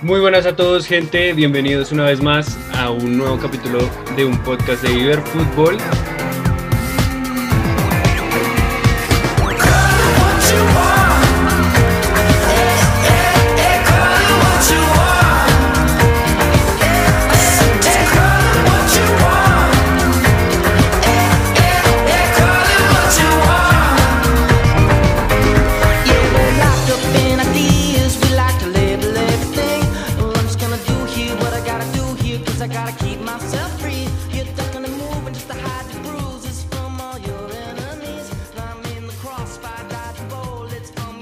Muy buenas a todos, gente. Bienvenidos una vez más a un nuevo capítulo de un podcast de Iber Fútbol.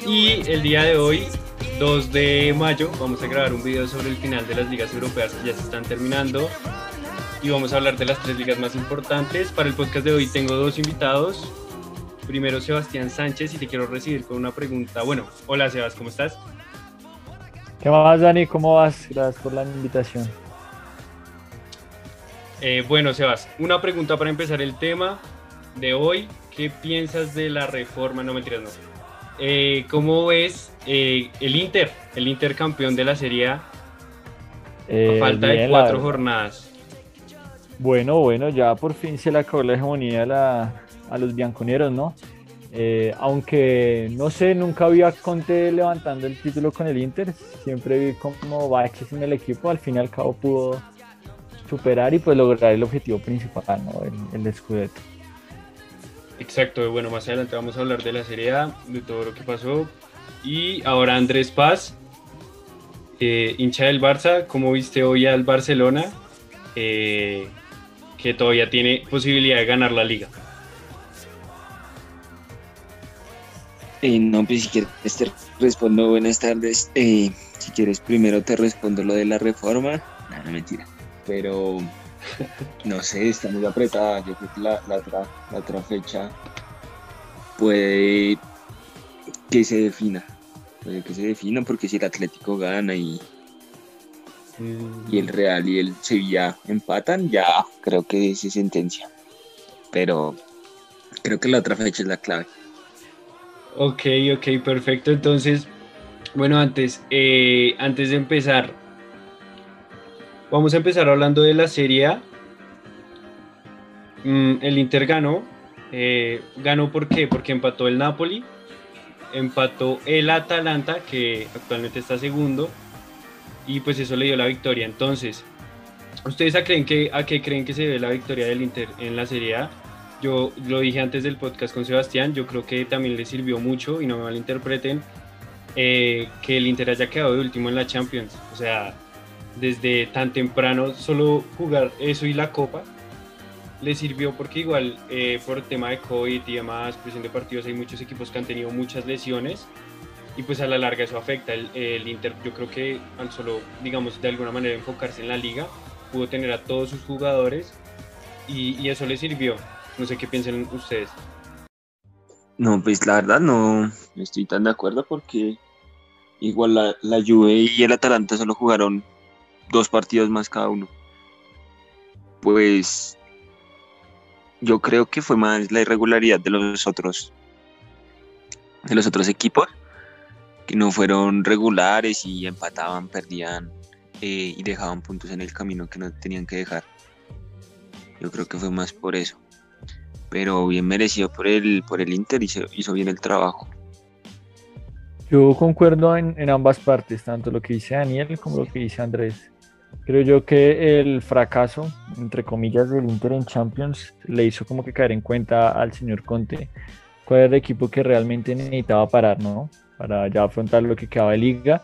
Y el día de hoy, 2 de mayo, vamos a grabar un video sobre el final de las ligas europeas que ya se están terminando. Y vamos a hablar de las tres ligas más importantes. Para el podcast de hoy tengo dos invitados. Primero Sebastián Sánchez y te quiero recibir con una pregunta. Bueno, hola Sebas, ¿cómo estás? ¿Qué más, Dani? ¿Cómo vas? Gracias por la invitación. Eh, bueno, Sebas, una pregunta para empezar el tema de hoy. ¿Qué piensas de la reforma? No mentiras, no. Eh, ¿Cómo ves eh, el Inter? El Inter campeón de la Serie A. Eh, a falta bien, de cuatro la- jornadas. Bueno, bueno, ya por fin se le acabó la hegemonía a, la- a los bianconeros, ¿no? Eh, aunque, no sé, nunca vi a Conte levantando el título con el Inter. Siempre vi como baches en el equipo. Al fin y al cabo pudo superar y pues lograr el objetivo principal, ¿no? El, el Scudetto. Exacto, y bueno, más adelante vamos a hablar de la Serie A, de todo lo que pasó. Y ahora Andrés Paz, eh, hincha del Barça, ¿cómo viste hoy al Barcelona? Eh, que todavía tiene posibilidad de ganar la liga. Eh, no, pues si quieres te respondo buenas tardes. Eh, si quieres primero te respondo lo de la reforma. No, no, mentira. Pero no sé, está muy apretada. Yo creo que la, la, otra, la otra fecha puede que se defina. Puede que se defina porque si el Atlético gana y, y el Real y el Sevilla empatan, ya creo que se sentencia. Pero creo que la otra fecha es la clave. Ok, ok, perfecto. Entonces, bueno, antes, eh, antes de empezar, vamos a empezar hablando de la Serie A. Mm, el Inter ganó. eh, ¿Ganó por qué? Porque empató el Napoli, empató el Atalanta, que actualmente está segundo, y pues eso le dio la victoria. Entonces, ¿ustedes a, creen que, a qué creen que se debe la victoria del Inter en la Serie A? Yo lo dije antes del podcast con Sebastián, yo creo que también le sirvió mucho, y no me malinterpreten, eh, que el Inter haya quedado de último en la Champions. O sea, desde tan temprano solo jugar eso y la Copa le sirvió porque igual eh, por tema de COVID y demás, presión de partidos, hay muchos equipos que han tenido muchas lesiones y pues a la larga eso afecta. El, el Inter yo creo que al solo, digamos, de alguna manera enfocarse en la liga, pudo tener a todos sus jugadores y, y eso le sirvió. No sé qué piensan ustedes. No, pues la verdad no, no estoy tan de acuerdo porque igual la, la Juve y el Atalanta solo jugaron dos partidos más cada uno. Pues yo creo que fue más la irregularidad de los otros de los otros equipos que no fueron regulares y empataban, perdían eh, y dejaban puntos en el camino que no tenían que dejar. Yo creo que fue más por eso pero bien merecido por el, por el Inter, hizo, hizo bien el trabajo. Yo concuerdo en, en ambas partes, tanto lo que dice Daniel como lo que dice Andrés. Creo yo que el fracaso, entre comillas, del Inter en Champions le hizo como que caer en cuenta al señor Conte cuál era el equipo que realmente necesitaba parar, ¿no? Para ya afrontar lo que quedaba de liga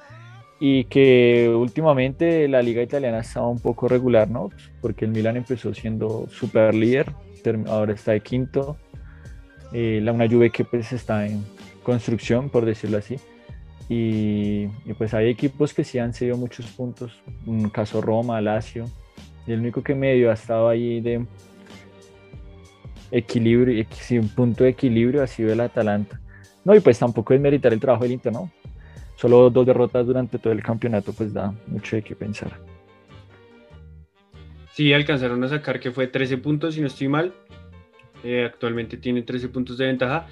y que últimamente la liga italiana estaba un poco regular, ¿no? Porque el Milan empezó siendo super líder, term- ahora está de quinto, eh, la una Juve que pues está en construcción, por decirlo así. Y, y, pues hay equipos que sí han cedido muchos puntos, un caso Roma, Lazio, y el único que medio ha estado ahí de equilibrio, equi- sí, un punto de equilibrio ha sido el Atalanta. No, y pues tampoco es meritar el trabajo del Inter, ¿no? Solo dos derrotas durante todo el campeonato, pues da mucho de qué pensar. Sí, alcanzaron a sacar que fue 13 puntos, si no estoy mal. eh, actualmente tiene 13 puntos de ventaja.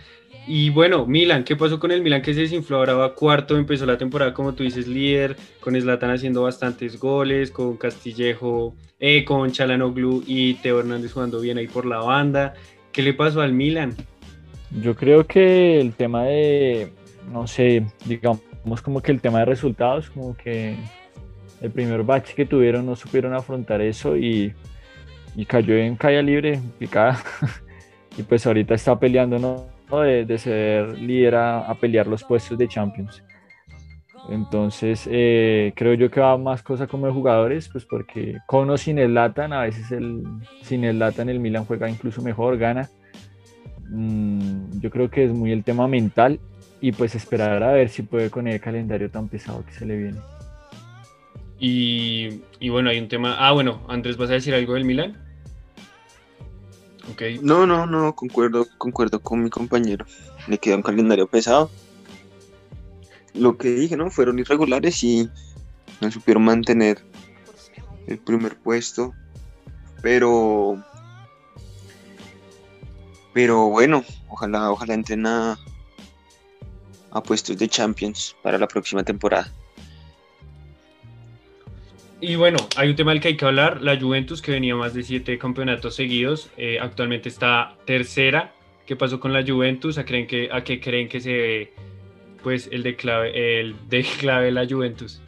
Y bueno, Milan, ¿qué pasó con el Milan que se desinfló? Ahora va cuarto, empezó la temporada, como tú dices, líder, con Zlatan haciendo bastantes goles, con Castillejo, eh, con Chalanoglu y Teo Hernández jugando bien ahí por la banda. ¿Qué le pasó al Milan? Yo creo que el tema de, no sé, digamos como que el tema de resultados, como que el primer bache que tuvieron no supieron afrontar eso y, y cayó en calle libre, picada. y pues ahorita está peleando, ¿no? De, de, ser líder a, a, pelear los puestos de Champions. Entonces, eh, creo yo que va más cosa como de jugadores, pues porque con o sin el Latan, a veces el, sin el Latan el Milan juega incluso mejor, gana. Mm, yo creo que es muy el tema mental y pues esperar a ver si puede con el calendario tan pesado que se le viene. Y, y bueno, hay un tema. Ah, bueno, Andrés, ¿vas a decir algo del Milan? Okay. No, no, no, concuerdo, concuerdo con mi compañero. Le queda un calendario pesado. Lo que dije, ¿no? Fueron irregulares y no supieron mantener el primer puesto. Pero. Pero bueno, ojalá, ojalá entren a, a puestos de Champions para la próxima temporada. Y bueno, hay un tema del que hay que hablar, la Juventus que venía más de siete campeonatos seguidos, eh, actualmente está tercera. ¿Qué pasó con la Juventus? ¿A, creen que, a qué creen que se ve pues, el, declave, el declave de la Juventus?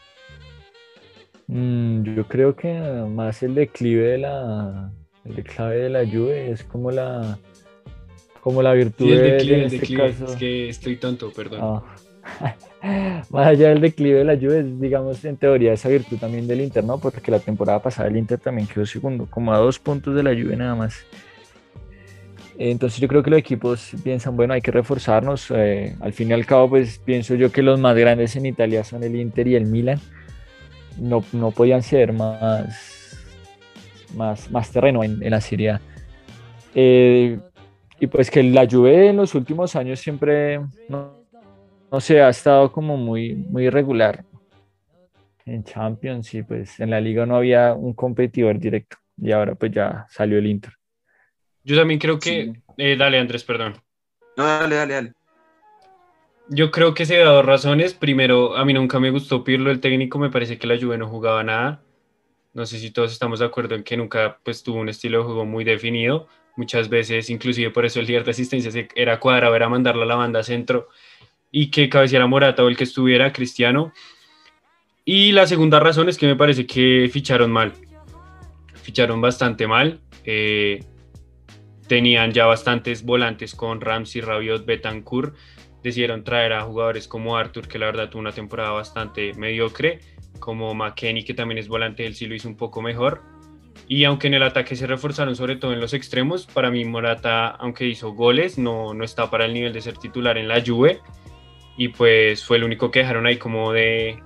Mm, yo creo que más el declive de la, el declave de la Juve es como la, como la virtud sí, el declive, de, en el este caso. Es que estoy tonto, perdón. Oh Ah. más allá del declive de la Juve, digamos en teoría esa virtud también del Inter, ¿no? Porque la temporada pasada el Inter también quedó segundo, como a dos puntos de la Juve nada más. Entonces yo creo que los equipos piensan, bueno, hay que reforzarnos. Eh, al fin y al cabo, pues pienso yo que los más grandes en Italia son el Inter y el Milan. No, no podían ser más, más, más terreno en, en la Serie eh, y pues que la Juve en los últimos años siempre... ¿no? no sé, ha estado como muy, muy irregular en Champions y pues en la liga no había un competidor directo y ahora pues ya salió el Inter. Yo también creo que, sí. eh, dale Andrés, perdón. No, dale, dale, dale. Yo creo que se da dos razones. Primero, a mí nunca me gustó Pirlo, el técnico, me parece que la Juve no jugaba nada. No sé si todos estamos de acuerdo en que nunca pues, tuvo un estilo de juego muy definido. Muchas veces, inclusive por eso el líder de asistencias era cuadrado, era mandarla a la banda centro y que cabeceara Morata o el que estuviera Cristiano. Y la segunda razón es que me parece que ficharon mal. Ficharon bastante mal. Eh, tenían ya bastantes volantes con Ramsey, Rabiot, Betancourt. Decidieron traer a jugadores como Arthur, que la verdad tuvo una temporada bastante mediocre, como McKenny, que también es volante, él sí lo hizo un poco mejor. Y aunque en el ataque se reforzaron, sobre todo en los extremos, para mí Morata, aunque hizo goles, no, no está para el nivel de ser titular en la Juve y pues fue el único que dejaron ahí como de,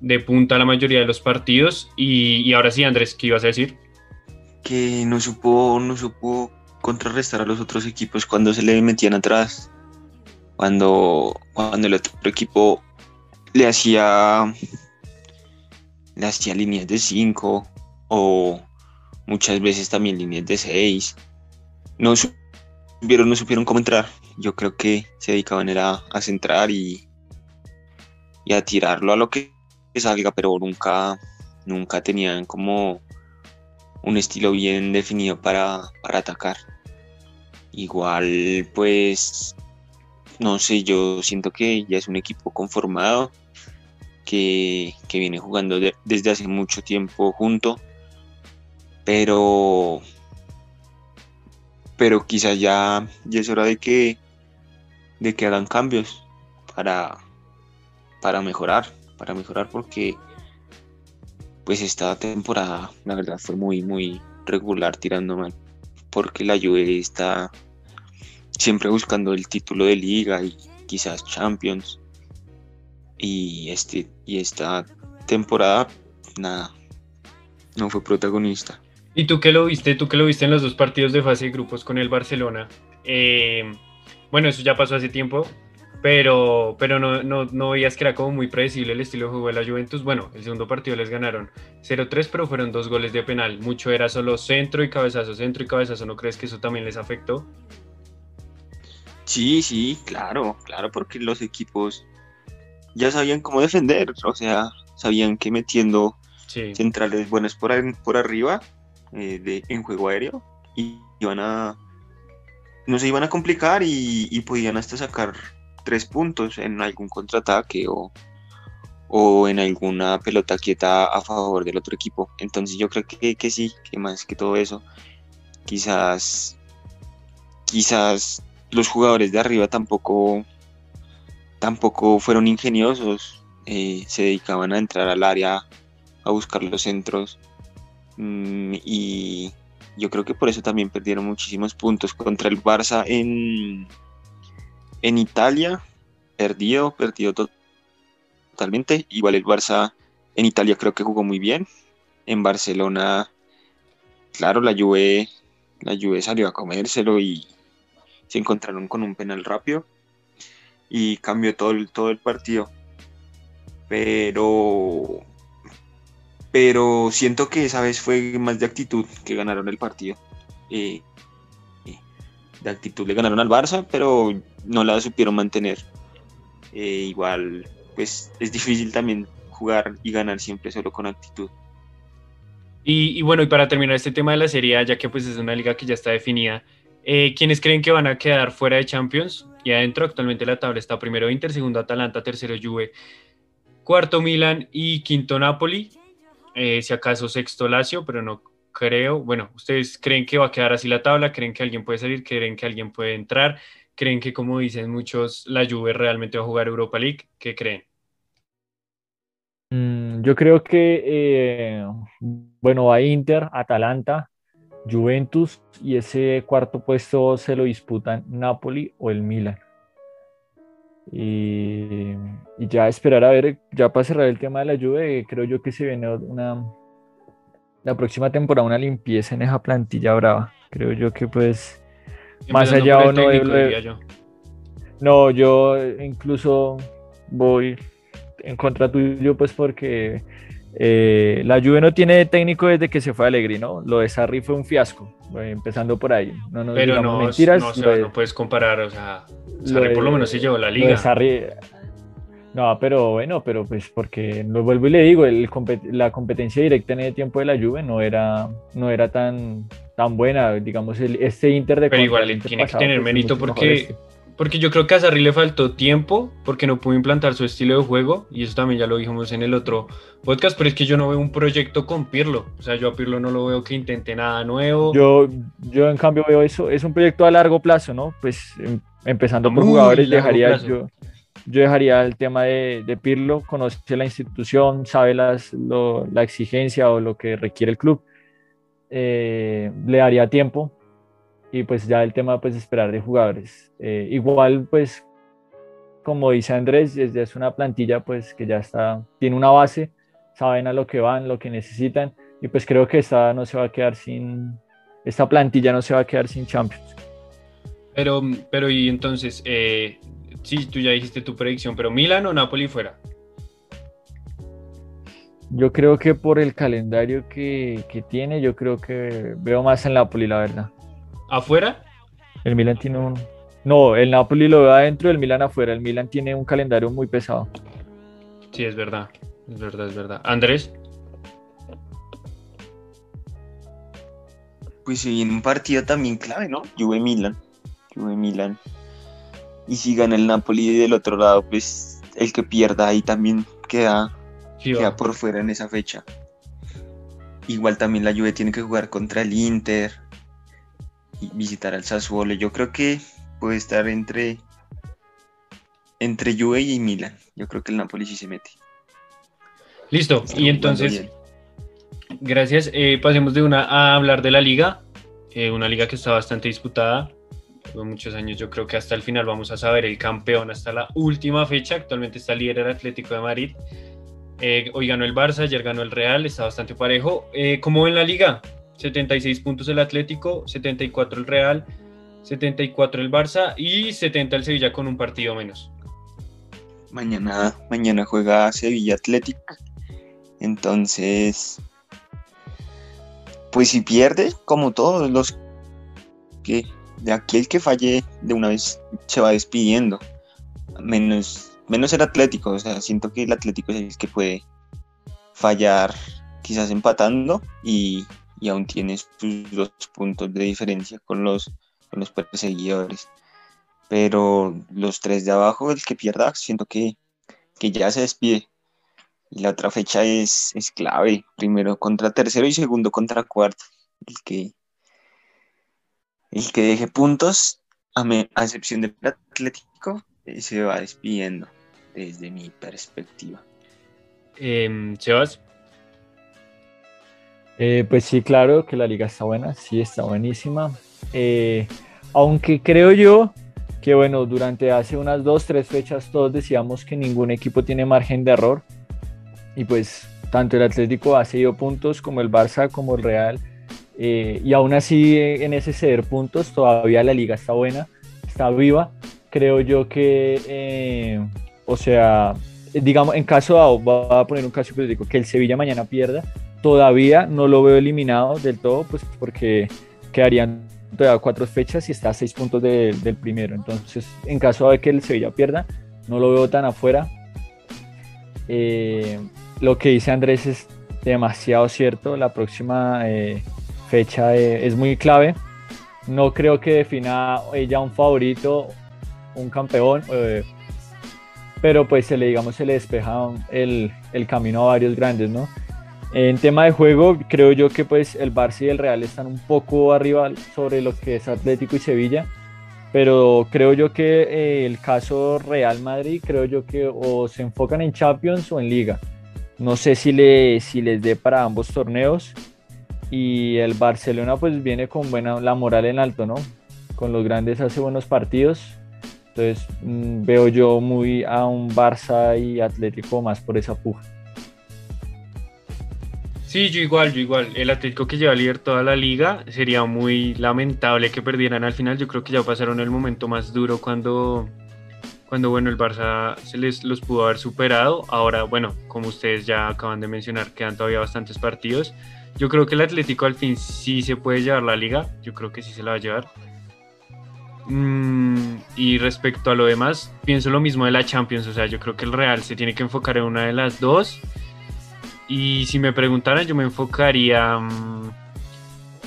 de punta la mayoría de los partidos. Y, y, ahora sí, Andrés, ¿qué ibas a decir? Que no supo, no supo contrarrestar a los otros equipos cuando se le metían atrás, cuando, cuando el otro equipo le hacía, le hacía líneas de 5 o muchas veces también líneas de 6. No supieron, no supieron cómo entrar yo creo que se dedicaban era a centrar y, y, a tirarlo a lo que salga, pero nunca, nunca tenían como un estilo bien definido para, para atacar. Igual, pues, no sé, yo siento que ya es un equipo conformado, que, que viene jugando de, desde hace mucho tiempo junto, pero, pero quizá ya, ya es hora de que de que hagan cambios para, para mejorar, para mejorar porque pues esta temporada la verdad fue muy muy regular tirando mal porque la Juve está siempre buscando el título de liga y quizás Champions y este y esta temporada nada no fue protagonista. ¿Y tú que lo viste? ¿Tú que lo viste en los dos partidos de fase de grupos con el Barcelona? Eh, bueno, eso ya pasó hace tiempo, pero, pero no, no, no veías que era como muy predecible el estilo de juego de la Juventus. Bueno, el segundo partido les ganaron 0-3, pero fueron dos goles de penal. Mucho era solo centro y cabezazo, centro y cabezazo. ¿No crees que eso también les afectó? Sí, sí, claro, claro, porque los equipos ya sabían cómo defender, o sea, sabían que metiendo Sí, centrales buenas por, ar- por arriba eh, de, en juego aéreo y iban a no se iban a complicar y, y podían hasta sacar tres puntos en algún contraataque o, o en alguna pelota quieta a favor del otro equipo. Entonces yo creo que, que sí, que más que todo eso, quizás quizás los jugadores de arriba tampoco tampoco fueron ingeniosos, eh, se dedicaban a entrar al área a buscar los centros. Mm, y yo creo que por eso también perdieron muchísimos puntos contra el Barça en, en Italia. Perdido, perdido to- totalmente. Igual el Barça en Italia creo que jugó muy bien. En Barcelona, claro, la Juve, la Juve salió a comérselo y se encontraron con un penal rápido. Y cambió todo el, todo el partido. Pero pero siento que esa vez fue más de actitud que ganaron el partido. Eh, eh, de actitud le ganaron al Barça, pero no la supieron mantener. Eh, igual, pues es difícil también jugar y ganar siempre solo con actitud. Y, y bueno, y para terminar este tema de la Serie A, ya que pues es una liga que ya está definida, eh, ¿quiénes creen que van a quedar fuera de Champions? Y adentro actualmente la tabla está primero Inter, segundo Atalanta, tercero Juve, cuarto Milan y quinto Napoli. Eh, si acaso sexto Lazio, pero no creo. Bueno, ¿ustedes creen que va a quedar así la tabla? ¿Creen que alguien puede salir? ¿Creen que alguien puede entrar? ¿Creen que, como dicen muchos, la Juve realmente va a jugar Europa League? ¿Qué creen? Mm, Yo creo que, eh, bueno, va Inter, Atalanta, Juventus y ese cuarto puesto se lo disputan Napoli o el Milan. Y, y ya esperar a ver, ya para cerrar el tema de la Juve, creo yo que se viene una, la próxima temporada una limpieza en esa plantilla brava. Creo yo que pues, Más Empezando allá por o el no de- técnico, diría yo. no, yo eh, incluso voy en contra tuyo, pues porque eh, la Juve no tiene técnico desde que se fue Alegri, ¿no? Lo de Sarri fue un fiasco, eh, empezando por ahí. No nos Pero digamos no, mentiras. no, o sea, lo de- no puedes comparar, o sea, lo Sarri por lo de- menos se llevó la lo de liga. Sarri- No, pero bueno, pero pues porque lo vuelvo y le digo, el compet- la competencia directa en el tiempo de la Juve no era, no era tan, tan buena, digamos, el, este Inter de Pero igual contra el le Inter tiene que pasado, tener pues, es mérito mucho mejor porque- este. Porque yo creo que a Sarri le faltó tiempo porque no pudo implantar su estilo de juego y eso también ya lo dijimos en el otro podcast, pero es que yo no veo un proyecto con Pirlo. O sea, yo a Pirlo no lo veo que intente nada nuevo. Yo, yo en cambio veo eso, es un proyecto a largo plazo, ¿no? Pues em- empezando por Muy jugadores, largo dejaría, plazo. yo, yo dejaría el tema de, de Pirlo, conoce la institución, sabe las, lo- la exigencia o lo que requiere el club, Eh, le daría tiempo y pues ya el tema pues esperar de jugadores. Eh, igual pues como dice Andrés, es, es una plantilla pues que ya está, tiene una base, saben a lo que van, lo que necesitan y pues creo que esta no se va a quedar sin, esta plantilla no se va a quedar sin Champions. Pero, pero y entonces, eh, sí, tú ya dijiste tu predicción, pero Milan o Napoli fuera. Yo creo que por el calendario que, que tiene, yo creo que veo más el Napoli, la verdad. ¿Afuera? El Milan tiene un... No, el Napoli lo veo adentro, el Milan afuera. El Milan tiene un calendario muy pesado. Sí, es verdad. Es verdad, es verdad. Andrés, Pues se viene un partido también clave, ¿no? Juve Milan. Juve Milan. Y si gana el Napoli del otro lado, pues el que pierda ahí también queda sí, va. queda por fuera en esa fecha. Igual también la Juve tiene que jugar contra el Inter y visitar al Sassuolo. Yo creo que puede estar entre entre Juve y Milan. Yo creo que el Napoli sí se mete. Listo. Está Y jugando entonces, bien. Gracias. Eh, pasemos de una a hablar de la liga. Eh, una liga que está bastante disputada. Por muchos años yo creo que hasta el final vamos a saber el campeón hasta la última fecha. Actualmente está líder el Atlético de Madrid. Eh, hoy ganó el Barça, ayer ganó el Real, está bastante parejo. Eh, ¿Cómo ven la liga? 76 puntos el Atlético, 74 el Real, 74 el Barça y 70 el Sevilla con un partido menos. Mañana, mañana juega Sevilla Athletic. Entonces, pues si pierde, como todos los que de aquel que falle de una vez se va despidiendo. Menos, menos el Atlético. O sea, siento que el Atlético es el que puede fallar quizás empatando y, y aún tiene sus dos puntos de diferencia con los, con los perseguidores. Pero los tres de abajo, el que pierda, siento que, que ya se despide. Y la otra fecha es, es clave. Primero contra tercero y segundo contra cuarto. El que, el que deje puntos, a, me, a excepción del Atlético, eh, se va despidiendo desde mi perspectiva. Eh, Sebas. Eh, pues sí, claro que la liga está buena, sí está buenísima. Eh, aunque creo yo que, bueno, durante hace unas dos, tres fechas todos decíamos que ningún equipo tiene margen de error. Y pues tanto el Atlético ha cedido puntos como el Barça, como el Real. Eh, y aún así, en ese ceder puntos, todavía la liga está buena, está viva. Creo yo que, eh, o sea, digamos, en caso, dado, voy a poner un caso hipotético, que el Sevilla mañana pierda, todavía no lo veo eliminado del todo, pues porque quedarían todavía cuatro fechas y está a seis puntos de, del primero. Entonces, en caso de que el Sevilla pierda, no lo veo tan afuera. Eh, lo que dice Andrés es demasiado cierto. La próxima fecha eh, es muy clave. No creo que defina ella un favorito, un campeón, eh, pero pues se le, digamos, se le despeja el, el, camino a varios grandes, ¿no? En tema de juego, creo yo que pues el Barça y el Real están un poco arriba sobre lo que es Atlético y Sevilla, pero creo yo que eh, el caso Real Madrid, creo yo que o se enfocan en Champions o en Liga. No sé si, le, si les dé para ambos torneos y el Barcelona pues viene con buena la moral en alto, ¿no? Con los grandes hace buenos partidos. Entonces mmm, veo yo muy a un Barça y Atlético más por esa puja. Sí, yo igual, yo igual. El Atlético que lleva líder toda la liga sería muy lamentable que perdieran al final. Yo creo que ya pasaron el momento más duro cuando, cuando bueno, el Barça se les los pudo haber superado. Ahora, bueno, como ustedes ya acaban de mencionar, quedan todavía bastantes partidos. Yo creo que el Atlético al fin sí se puede llevar la liga. Yo creo que sí se la va a llevar. Mm, y respecto a lo demás, pienso lo mismo de la Champions. O sea, yo creo que el Real se tiene que enfocar en una de las dos. Y si me preguntaran, yo me enfocaría, mm,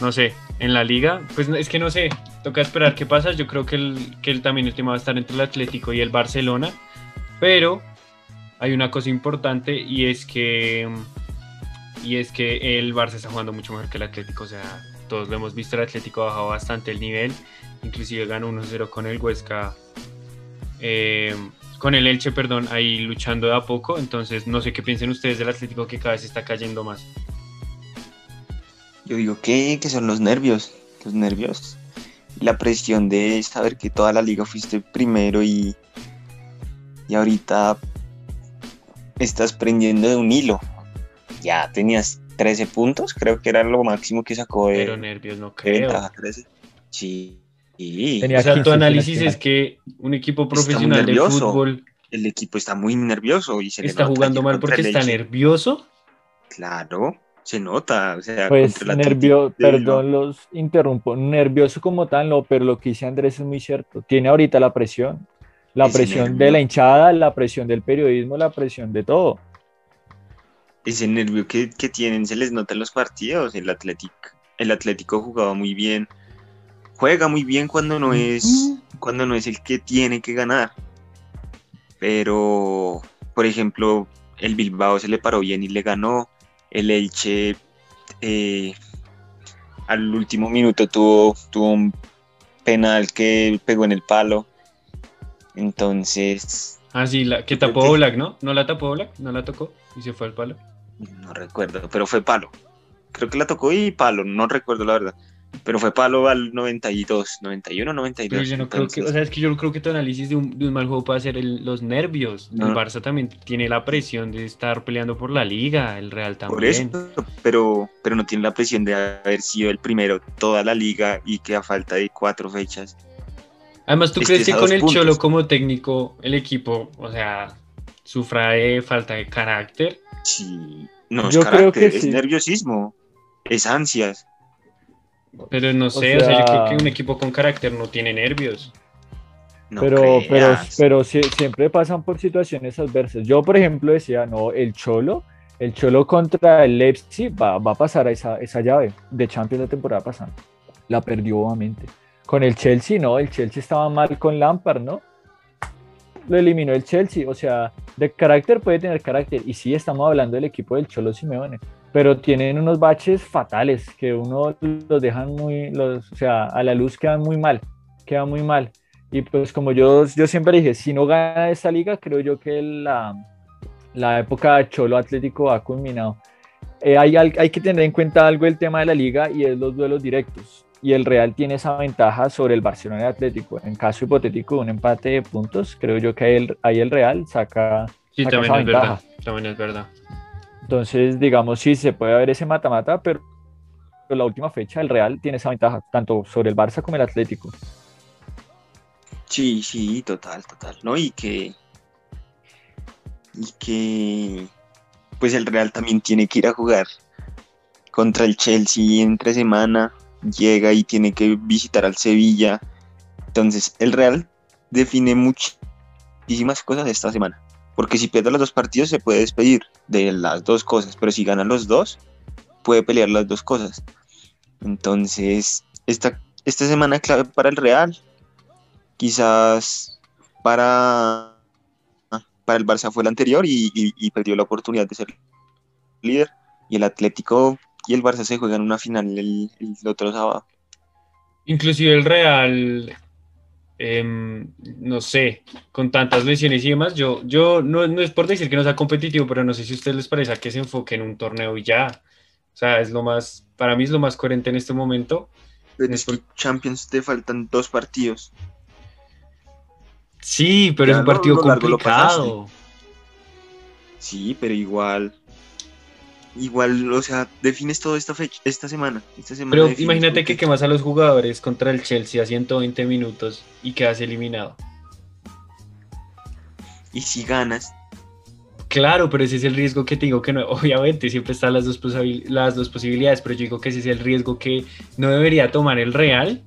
no sé, en la liga. Pues es que no sé, toca esperar qué pasa. Yo creo que, el, que el, también el tema va a estar entre el Atlético y el Barcelona. Pero hay una cosa importante y es que... mm, Y es que el Barça está jugando mucho mejor que el Atlético. O sea, todos lo hemos visto, el Atlético ha bajado bastante el nivel. Inclusive ganó 1-0 con el Huesca. Eh, con el Elche, perdón, ahí luchando de a poco. Entonces, no sé qué piensen ustedes del Atlético que cada vez está cayendo más. Yo digo que, que son los nervios. Los nervios. La presión de saber que toda la liga fuiste primero y, y ahorita estás prendiendo de un hilo ya tenías 13 puntos, creo que era lo máximo que sacó de. Pero nervios no creo. 13. Sí. sí. o sea, tu análisis es que un equipo profesional de fútbol. El equipo está muy nervioso y se ¿Está le jugando mal porque está nervioso? Claro, se nota. O sea, pues nervioso, perdón, los interrumpo. Nervioso como tal, no, pero lo que dice Andrés es muy cierto. Tiene ahorita la presión. La Ese presión nervio. de la hinchada, la presión del periodismo, la presión de todo ese nervio que, que, tienen se les nota en los partidos. El Atlético, el Atlético jugaba muy bien, juega muy bien cuando no es cuando no es el que tiene que ganar. Pero, por ejemplo, el Bilbao se le paró bien y le ganó. El Elche eh, al último minuto tuvo, tuvo un penal que pegó en el palo. Entonces. Ah, sí, la, que tapó que... Black, ¿no? ¿No la tapó Black? ¿No la tocó? ¿Y se fue al palo? No recuerdo, pero fue palo. Creo que la tocó y palo, no recuerdo la verdad. Pero fue palo al 92, 91, 92. Pero yo no entonces... creo que, o sea, es que yo creo que tu análisis de un, de un mal juego puede ser el, los nervios. No. El Barça también tiene la presión de estar peleando por la liga, el Real también. Por eso, pero, pero no tiene la presión de haber sido el primero toda la liga y que a falta de cuatro fechas. Este, Además, ¿tú crees que con el puntos? Cholo como técnico, el equipo, o sea, sufra de falta de carácter. Sí, no es Yo creo carácter, que es sí. nerviosismo, es ansias. Pero no sé, o sea, yo creo que un equipo con carácter no tiene nervios. No pero, pero, creas. pero sie- siempre pasan por situaciones adversas. Yo, por ejemplo, decía, no, el Cholo, el Cholo contra el Leipzig va, va a pasar a esa, esa llave de Champions la temporada pasada. La perdió obviamente. Con el Chelsea, no, el Chelsea estaba mal con Lampard, ¿no? Lo eliminó el Chelsea, o sea, de carácter puede tener carácter. Y sí, estamos hablando del equipo del Cholo Simeone, pero tienen unos baches fatales que uno los dejan muy, los, o sea, a la luz quedan muy mal, quedan muy mal. Y pues como yo, yo siempre dije, si no gana esta liga, creo yo que la, la época Cholo Atlético ha culminado. Eh, hay, al- hay que tener en cuenta algo el tema de la liga y es los duelos directos. Y el Real tiene esa ventaja sobre el Barcelona y Atlético. En caso hipotético de un empate de puntos, creo yo que ahí el, ahí el Real saca... Sí, Saca también esa es verdad. También es verdad. Entonces, digamos, sí, se puede ver ese mata-mata, pero la última fecha el Real tiene esa ventaja, tanto sobre el Barça como el Atlético. Sí, sí, total, total, ¿no? Y que. Y que. Pues el Real también tiene que ir a jugar contra el Chelsea entre semana. Llega y tiene que visitar al Sevilla. Entonces, el Real define much- muchísimas cosas esta semana. Porque si pierde los dos partidos, se puede despedir de las dos cosas. Pero si gana los dos, puede pelear las dos cosas. Entonces, esta, esta semana clave para el Real quizás para, para el Barça fue el anterior y, y- y perdió la oportunidad de ser líder. Y el Atlético y el Barça se juegan una final el, el otro sábado. Inclusive el Real, em, no sé, con tantas lesiones y demás, yo, yo no, no es por decir que no sea competitivo, pero no sé si a ustedes les parece que se enfoque en un torneo y ya. O sea, es lo más, para mí es lo más coherente en este momento. Pero es es que Champions te faltan dos partidos. Sí, pero Ya es un lo- partido lo largo lo complicado. Sí, pero igual. Igual, o sea, defines todo esta fecha, esta semana. Esta semana Pero defines imagínate porque- que quemas a los jugadores contra el Chelsea a 120 minutos y quedas eliminado. Y si ganas, Claro, pero ese es el riesgo que te digo que no, obviamente siempre están las dos, posabil- las dos posibilidades, pero yo digo que ese es el riesgo que no debería tomar el Real.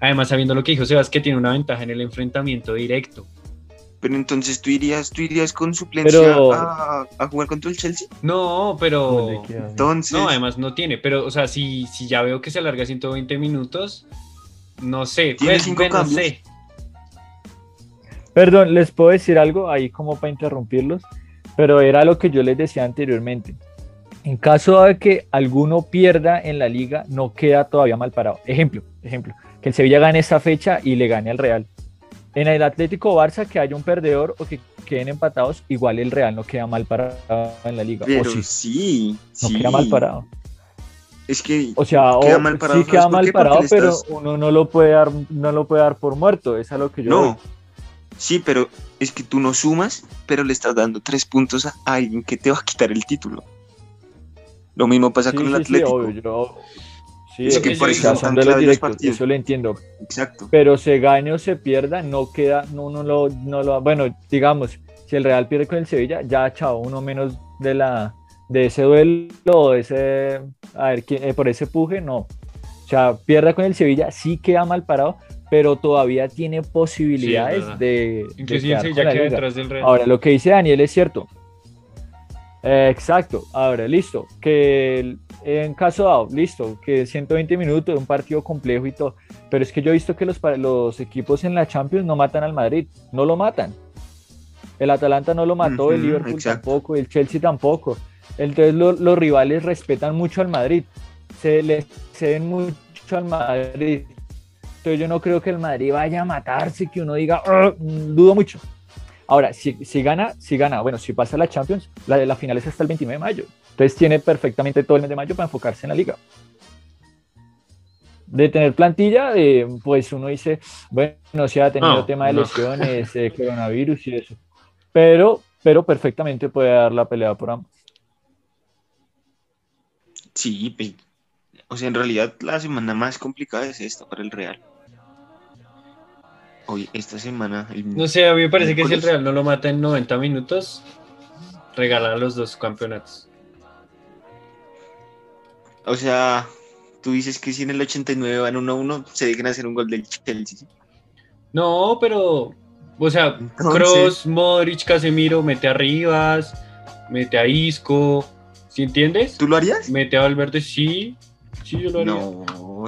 Además, sabiendo lo que dijo Sebas, que tiene una ventaja en el enfrentamiento directo. pero entonces tú irías, tú irías con suplencia Pero- a, a jugar contra el Chelsea. No, pero... Entonces, No, además no tiene, pero, o sea, si, si ya veo que se alarga 120 minutos, no sé, Tiene pues, cinco bueno, cambios. sé. Perdón, les puedo decir algo ahí como para interrumpirlos, pero era lo que yo les decía anteriormente. En caso de que alguno pierda en la liga, no queda todavía mal parado. Ejemplo, ejemplo, que el Sevilla gane esta fecha y le gane al Real. En el Atlético Barça que haya un perdedor o que queden empatados, igual el Real no queda mal parado en la liga. pero o sí, sí, no sí. queda mal parado. Es que O sea, Queda o- mal parado, sí queda ¿sabes por mal qué? Porque parado, le pero estás- uno no lo puede dar, no lo puede dar por muerto. Es a lo que yo. voy. No, sí, pero es que tú no sumas, pero le estás dando tres puntos a alguien que te va a quitar el título. Lo mismo pasa Sí, con el sí, sí, Atlético. obvio, yo- sí, Es que obvio, por o eso sea, son son tan de los claves los directos, partidos. eso lo entiendo. Exacto. Pero se gane o se pierda, no queda, no, no lo, no lo, bueno, digamos, si el Real pierde con el Sevilla, ya chao, uno menos de la, de ese duelo, o de ese, a ver, ¿quién- eh, por ese puje, no. O sea, pierda con el Sevilla, sí queda mal parado, pero todavía tiene posibilidades verdad. de, de Inclusive el quedar Sevilla con la queda liga. detrás del Real. Ahora, lo que dice Daniel es cierto. Eh, exacto. Ahora, listo. Que el- en caso dado, listo, que 120 minutos, un partido complejo y todo. Pero es que yo he visto que los, pa- los equipos en la Champions no matan al Madrid. No lo matan. El Atalanta no lo mató, el Ujú, Liverpool exacto. tampoco, el Chelsea tampoco. Entonces lo- los rivales respetan mucho al Madrid. Se le ceden mucho al Madrid. Entonces yo no creo que el Madrid vaya a matarse, que uno diga, "Ah", mm, dudo mucho. Ahora, si, si gana, si gana, bueno, si pasa la Champions, la, la final es hasta el 29 de mayo. Entonces tiene perfectamente todo el mes de mayo para enfocarse en la liga. De tener plantilla, eh, pues uno dice, bueno, si ha tenido No, tema de no. lesiones, eh, coronavirus y eso. Pero, pero perfectamente puede dar la pelea por ambos. Sí, pues, pe- o sea, en realidad la semana más complicada es esta para el Real. Hoy, esta semana. el No sé, a mí me parece que si el miércoles. Real no lo mata en 90 minutos, regalan los dos campeonatos. O sea, tú dices que si en el 89 van 1-1, se dejan hacer un gol del Chelsea. No, pero, o sea, Entonces- Cross, Modric, Casemiro, mete a Rivas, mete a Isco, ¿sí entiendes? ¿Tú lo harías? Mete a Valverde, sí, sí yo lo haría. No,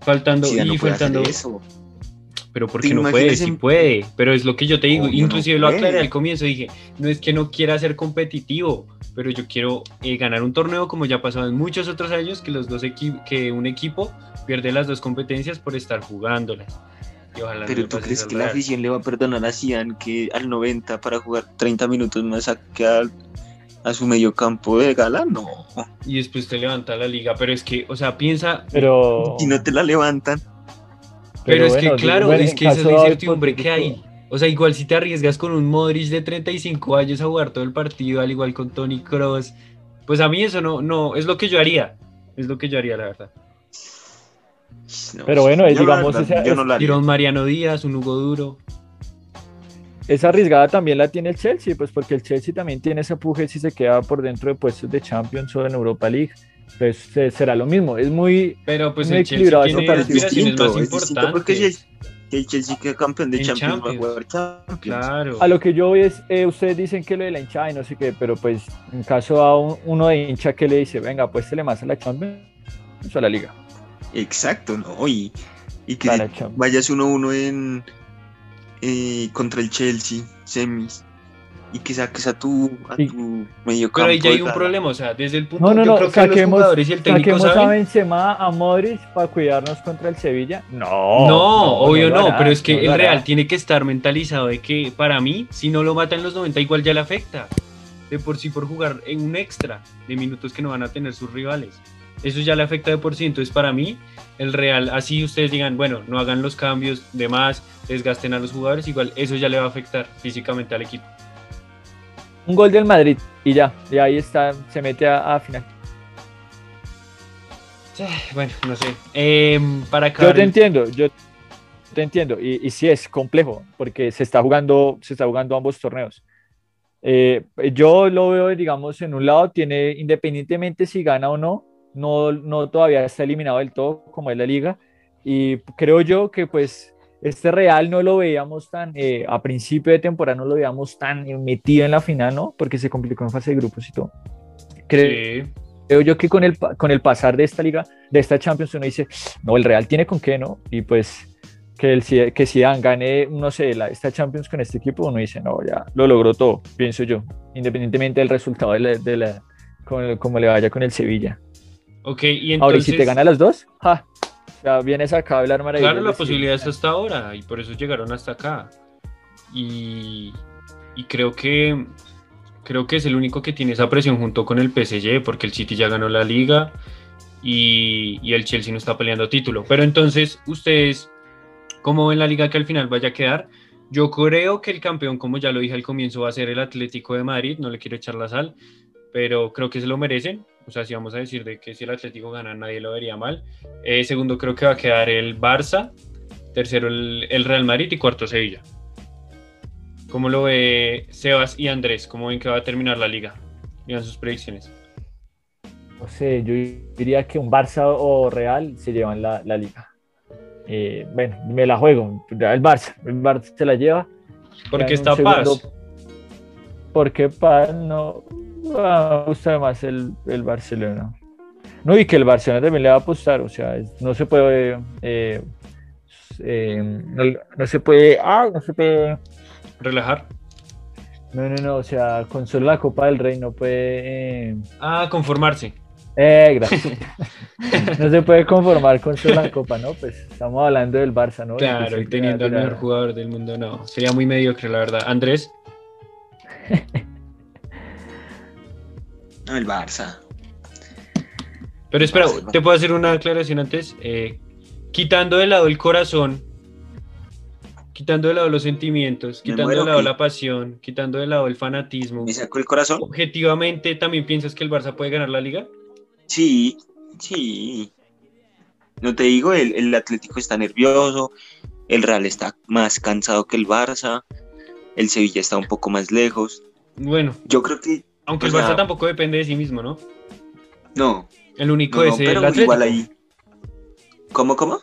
faltando Zidane y no puede hacer faltando eso. Pero ¿Te porque no imaginas puede, sí en- puede. Pero es lo que yo te digo. Obvio, no Inclusive lo puede. aclaré al comienzo. Dije, no es que no quiera ser competitivo, pero yo quiero eh, ganar un torneo como ya ha pasado en muchos otros años, que los dos equi- que un equipo pierde las dos competencias por estar jugándolas. Y ojalá no Pero le tú pase crees al que la Real. afición le va a perdonar a Zidane que al 90 para jugar 30 minutos más saque al- a, su medio campo de gala? No. Y después te levanta la liga. Pero es que, o sea, piensa. Pero, Y no te la levantan. Pero, es que, bueno, claro, bueno, es en que esa es caso la de haber incertidumbre que hay. hipotético- O sea, igual si te arriesgas con un Modric de 35 años a jugar todo el partido, al igual con Tony Cross, pues a mí eso no, no, es lo que yo haría. Es lo que yo haría, la verdad. No, Pero bueno, es, yo la digamos, verdad, esa- yo no la haría. Tiro a un Mariano Díaz, un Hugo Duro. Esa arriesgada también la tiene el Chelsea, pues porque el Chelsea también tiene ese puje si se queda por dentro de puestos de Champions o en Europa League. Entonces eh, será lo mismo. Es muy. Pero pues Muy el Chelsea equilibrado, tiene pero es aspiraciones más es distinto, porque si el, importantes. si el Chelsea queda campeón de En Champions, va Champions. a jugar Champions. Claro. A lo que yo voy es, eh, ustedes dicen que lo de la hinchada y no sé qué, pero pues en caso a un- uno de hincha que le dice, venga, pues le más a la Champions o a la Liga. Exacto, ¿no? Y, y que Para Champions. vayas 1-1 en eh, contra el Chelsea, semis. Y que saques a tu, a Sí. tu medio Pero campo. ahí ya hay de un gala. problema, o sea, desde el punto No, no, yo no, creo que los saquemos- jugadores y el técnico ¿Saquemos saben. a Benzema, a Modric para cuidarnos contra el Sevilla? Oh, No. No, obvio lo no, hará, pero es que no lo el hará. Real tiene que estar mentalizado de que para mí, si no lo matan los 90, igual ya le afecta. De por sí por jugar en un extra de minutos que no van a tener sus rivales. Eso ya le afecta de por sí. Entonces, para mí, el Real, así ustedes digan, bueno, no hagan los cambios de más, desgasten a los jugadores, igual eso ya le va a afectar físicamente al equipo. Un gol del Madrid y ya, y ahí está, se mete a, a final. Bueno, no sé. Em, para Yo acabar te el- entiendo, yo te entiendo. Y, y sí es complejo, porque se está jugando, se está jugando ambos torneos. Eh, yo lo veo, digamos, en un lado, tiene, independientemente si gana o no, no, no todavía está eliminado del todo, como es la liga. Y creo yo que pues este Real no lo veíamos tan, eh, a principio de temporada no lo veíamos tan eh, metido en la final, ¿no? Porque se complicó en fase de grupos y todo. Creo, Sí. creo yo que con el, pa- con el pasar de esta liga, de esta Champions, uno dice, no, el Real tiene con qué, ¿no? Y pues que, el, Zidane- que Zidane gane, no sé, la, esta Champions con este equipo, uno dice, no, ya lo logró todo, pienso yo, independientemente del resultado de la, de la- con el- como le vaya con el Sevilla. Ok, y entonces. Ahora, y si te gana las dos, ja, ya vienes acá a hablar maravillas. Claro, la de posibilidad es hasta ahora y por eso llegaron hasta acá. Y, y creo que creo que es el único que tiene esa presión junto con el PSG, porque el City ya ganó la liga y, y el Chelsea no está peleando título. Pero entonces, ustedes, ¿cómo ven la liga que al final vaya a quedar? Yo creo que el campeón, como ya lo dije al comienzo, va a ser el Atlético de Madrid, no le quiero echar la sal, pero creo que se lo merecen. O sea, si vamos a decir de que si el Atlético gana, nadie lo vería mal. Eh, segundo creo que va a quedar el Barça, tercero el, el Real Madrid y cuarto Sevilla. ¿Cómo lo ve Sebas y Andrés? ¿Cómo ven que va a terminar la liga? Vean sus predicciones. No sé, yo diría que un Barça o Real se llevan la, la liga. Eh, bueno, me la juego, ya el Barça, el Barça se la lleva. Porque Ya en un está Paz. segundo- Porque Paz no ah, me gusta más el, el Barcelona. No, y que el Barcelona también le va a apostar, o sea, es- no se puede. eh, eh, no, no se puede. Ah, no se puede. Relajar. No, no, no, o sea, con solo la Copa del Rey no puede. eh, Ah, conformarse. eh, gracias. no se puede conformar con solo la Copa, ¿no? Pues estamos hablando del Barça, ¿no? Claro, y Entonces, teniendo al tira- mejor jugador del mundo, no. Sería muy mediocre, la verdad. Andrés, No, el Barça. pero espera, Barcelona. te puedo hacer una aclaración antes. Eh, quitando de lado el corazón, quitando de lado los sentimientos, ¿Me quitando de muero o lado qué? la pasión, quitando de lado el fanatismo. ¿Me sacó el corazón? objetivamente también piensas que el Barça puede ganar la liga? Sí, sí. No te digo, el, el Atlético está nervioso, El Real está más cansado que el Barça. El Sevilla está un poco más lejos. Bueno, Yo creo que aunque el Pues Barça nada. tampoco depende de sí mismo, ¿no? no. El único pues, no, es el pero Atlético. igual ahí. ¿Cómo, cómo?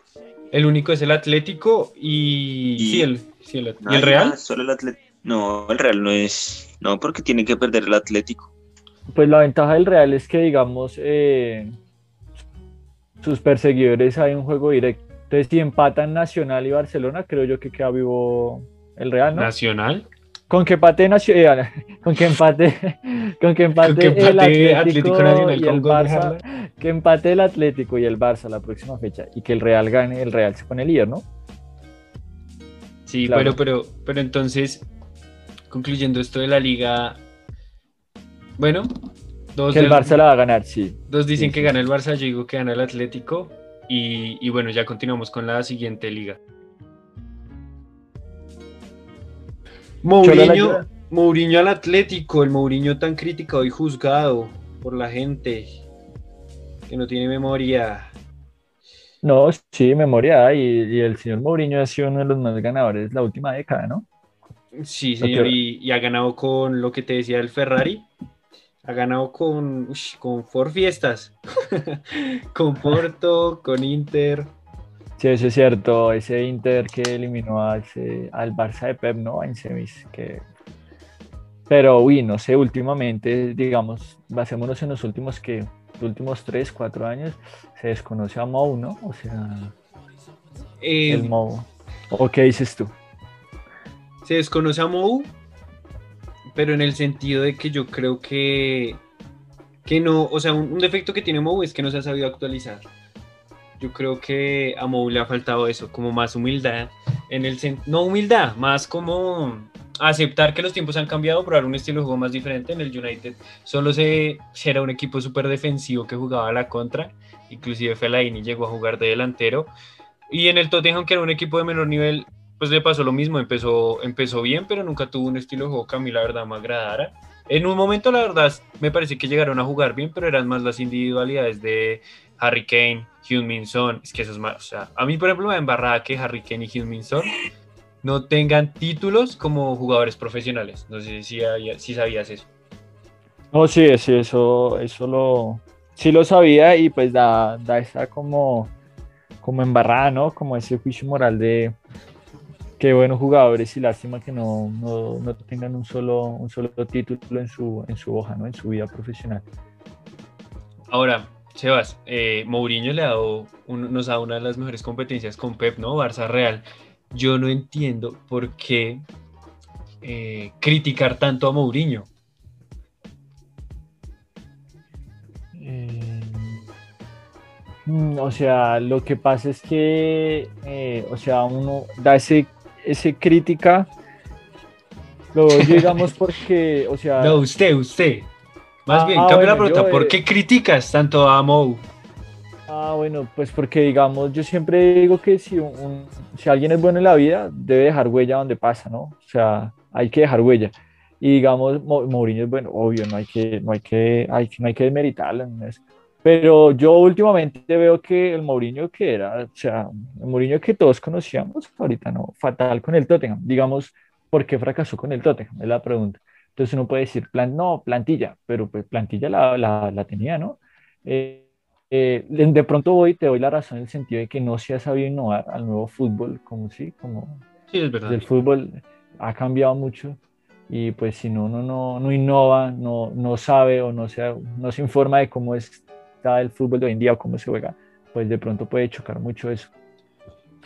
El único es el Atlético y, Y- sí, el, sí, el- No, ¿y el ahí Real. nada, Ah, solo el Atlético. No, el Real no es. No, porque tiene que perder el Atlético. Pues la ventaja del Real es que, digamos, eh, sus perseguidores hay un juego directo. Entonces, si empatan Nacional y Barcelona, creo yo que queda vivo el Real, ¿no? Nacional. Con que empate Nacional, con que empate, con que empate, Con que empate el Atlético, Nacional y con el gol de Barça, Haaland. que empate el Atlético y el Barça la próxima fecha y que el Real gane, el Real se pone líder, ¿no? Sí, Claro. pero, pero, pero entonces, concluyendo esto de la liga, bueno, dos, Que el del- Barça la va a ganar, sí. dos dicen sí, que sí. gana el Barça, yo digo que gana el Atlético. Y, y bueno, ya continuamos con la siguiente liga. Chola la Mourinho, ayuda. Mourinho al Atlético, el Mourinho tan criticado y juzgado por la gente que no tiene memoria. No, sí, memoria. Y, y el señor Mourinho ha sido uno de los más ganadores de la última década, ¿no? Sí, Lo que- señor, y, y ha ganado con lo que te decía el Ferrari. Ha ganado con, ush, con Ford Fiestas, con Porto, con Inter. Sí, eso es cierto. Ese Inter que eliminó al, C- al Barça de Pep, ¿no? En semis. Que... Pero, uy, no sé, últimamente, digamos, basémonos en los últimos que últimos 3, 4 años, se desconoce a Mou, ¿no? O sea, Eh, el Mou. ¿O qué dices tú? se desconoce a Mou, pero en el sentido de que yo creo que, que no, o sea, un, un defecto que tiene Mou es que no se ha sabido actualizar. Yo creo que a Mou le ha faltado eso, como más humildad, en el sen- no humildad, más como aceptar que los tiempos han cambiado, probar un estilo de juego más diferente en el United. Solo se era un equipo súper defensivo que jugaba a la contra, inclusive Fellaini llegó a jugar de delantero. Y en el Tottenham, que era un equipo de menor nivel, pues le pasó lo mismo, empezó, empezó bien, pero nunca tuvo un estilo de juego que a mí la verdad me agradara. En un momento, la verdad, me parece que llegaron a jugar bien, pero eran más las individualidades de Harry Kane, Minson. Es que eso es más. O sea, a mí, por ejemplo, me da embarrada que Harry Kane y Minson no tengan títulos como jugadores profesionales. No sé si, había- si sabías eso. No, sí, sí, eso, eso lo, sí lo sabía y pues da, da esa como, como embarrada, ¿no? Como ese juicio moral de qué buenos jugadores y lástima que no, no, no tengan un solo, un solo título en su, en su hoja, ¿no? En su vida profesional. Ahora, Sebas, eh, Mourinho le ha dado un- nos ha dado una de las mejores competencias con Pep, ¿no? Barça Real. Yo no entiendo por qué eh, criticar tanto a Mourinho. Eh, mm, o sea, lo que pasa es que, eh, o sea, uno da ese, ese crítica, lo veo yo, digamos, porque, o sea... No, usted, usted. Más Ah, bien, ah, cambio la bueno, pregunta. yo, ¿Por eh, qué criticas tanto a Mou? Ah, bueno, pues porque digamos, yo siempre digo que si, un- un- si alguien es bueno en la vida, debe dejar huella donde pasa, ¿no? O sea, hay que dejar huella. Y digamos, Mo- Mourinho es bueno, obvio, no hay que, no hay que, hay que- no hay que desmeritarlo. no es- Pero yo últimamente veo que el Mourinho que era, o sea, el Mourinho que todos conocíamos, ahorita no, fatal con el Tottenham. Digamos, ¿por qué fracasó con el Tottenham? Es la pregunta. Entonces uno puede decir, plan, no, plantilla, pero pues plantilla la, la, la tenía, ¿no? Eh, eh, de de pronto voy y te doy la razón en el sentido de que no se ha sabido innovar al nuevo fútbol, como sí, como Sí, es verdad. el fútbol ha cambiado mucho y pues si no, no, no, no innova, no, no sabe o no se, no se informa de cómo está el fútbol de hoy en día o cómo se juega, pues de pronto puede chocar mucho eso.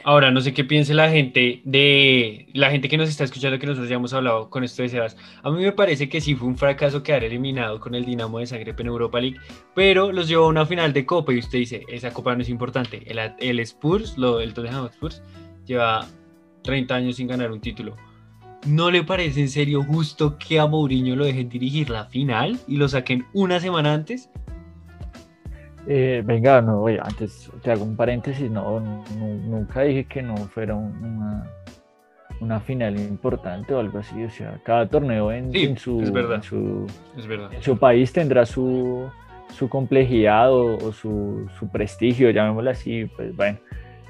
Ahora, no sé qué piense la gente de la gente que nos está escuchando, que nosotros ya hemos hablado con esto de Sebas. A mí me parece que sí fue un fracaso quedar eliminado con el Dinamo de Zagreb en Europa League, pero los llevó a una final de Copa y usted dice, esa Copa no es importante. El, At- el Spurs, lo, el Tottenham Spurs, lleva 30 años sin ganar un título. ¿No le parece en serio justo que a Mourinho lo dejen dirigir la final y lo saquen una semana antes? Eh, venga, no, oye, antes te hago un paréntesis, no, nu- nunca dije que no fuera un- una, una final importante o algo así, o sea, cada torneo en, Sí, en su- es verdad. en su Es verdad. en su país tendrá su, su complejidad o, o su, su prestigio, llamémoslo así, pues bueno.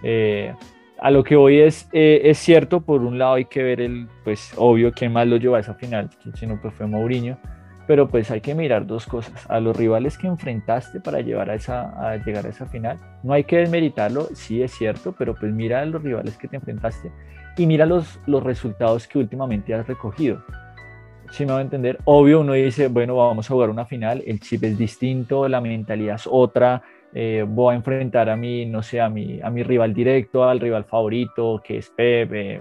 Eh, a lo que hoy es, eh, es cierto, por un lado hay que ver el, pues obvio, quién más lo llevó a esa final, si no, pues fue Mourinho, pero pues hay que mirar dos cosas, a los rivales que enfrentaste para llevar a esa, a llegar a esa final, no hay que desmeritarlo, sí es cierto, pero pues mira a los rivales que te enfrentaste y mira los, los resultados que últimamente has recogido. Si me va a entender, obvio uno dice, bueno, vamos a jugar una final, el chip es distinto, la mentalidad es otra, eh, voy a enfrentar a mi, no sé, a mi, a mi rival directo, al rival favorito, que es Pepe.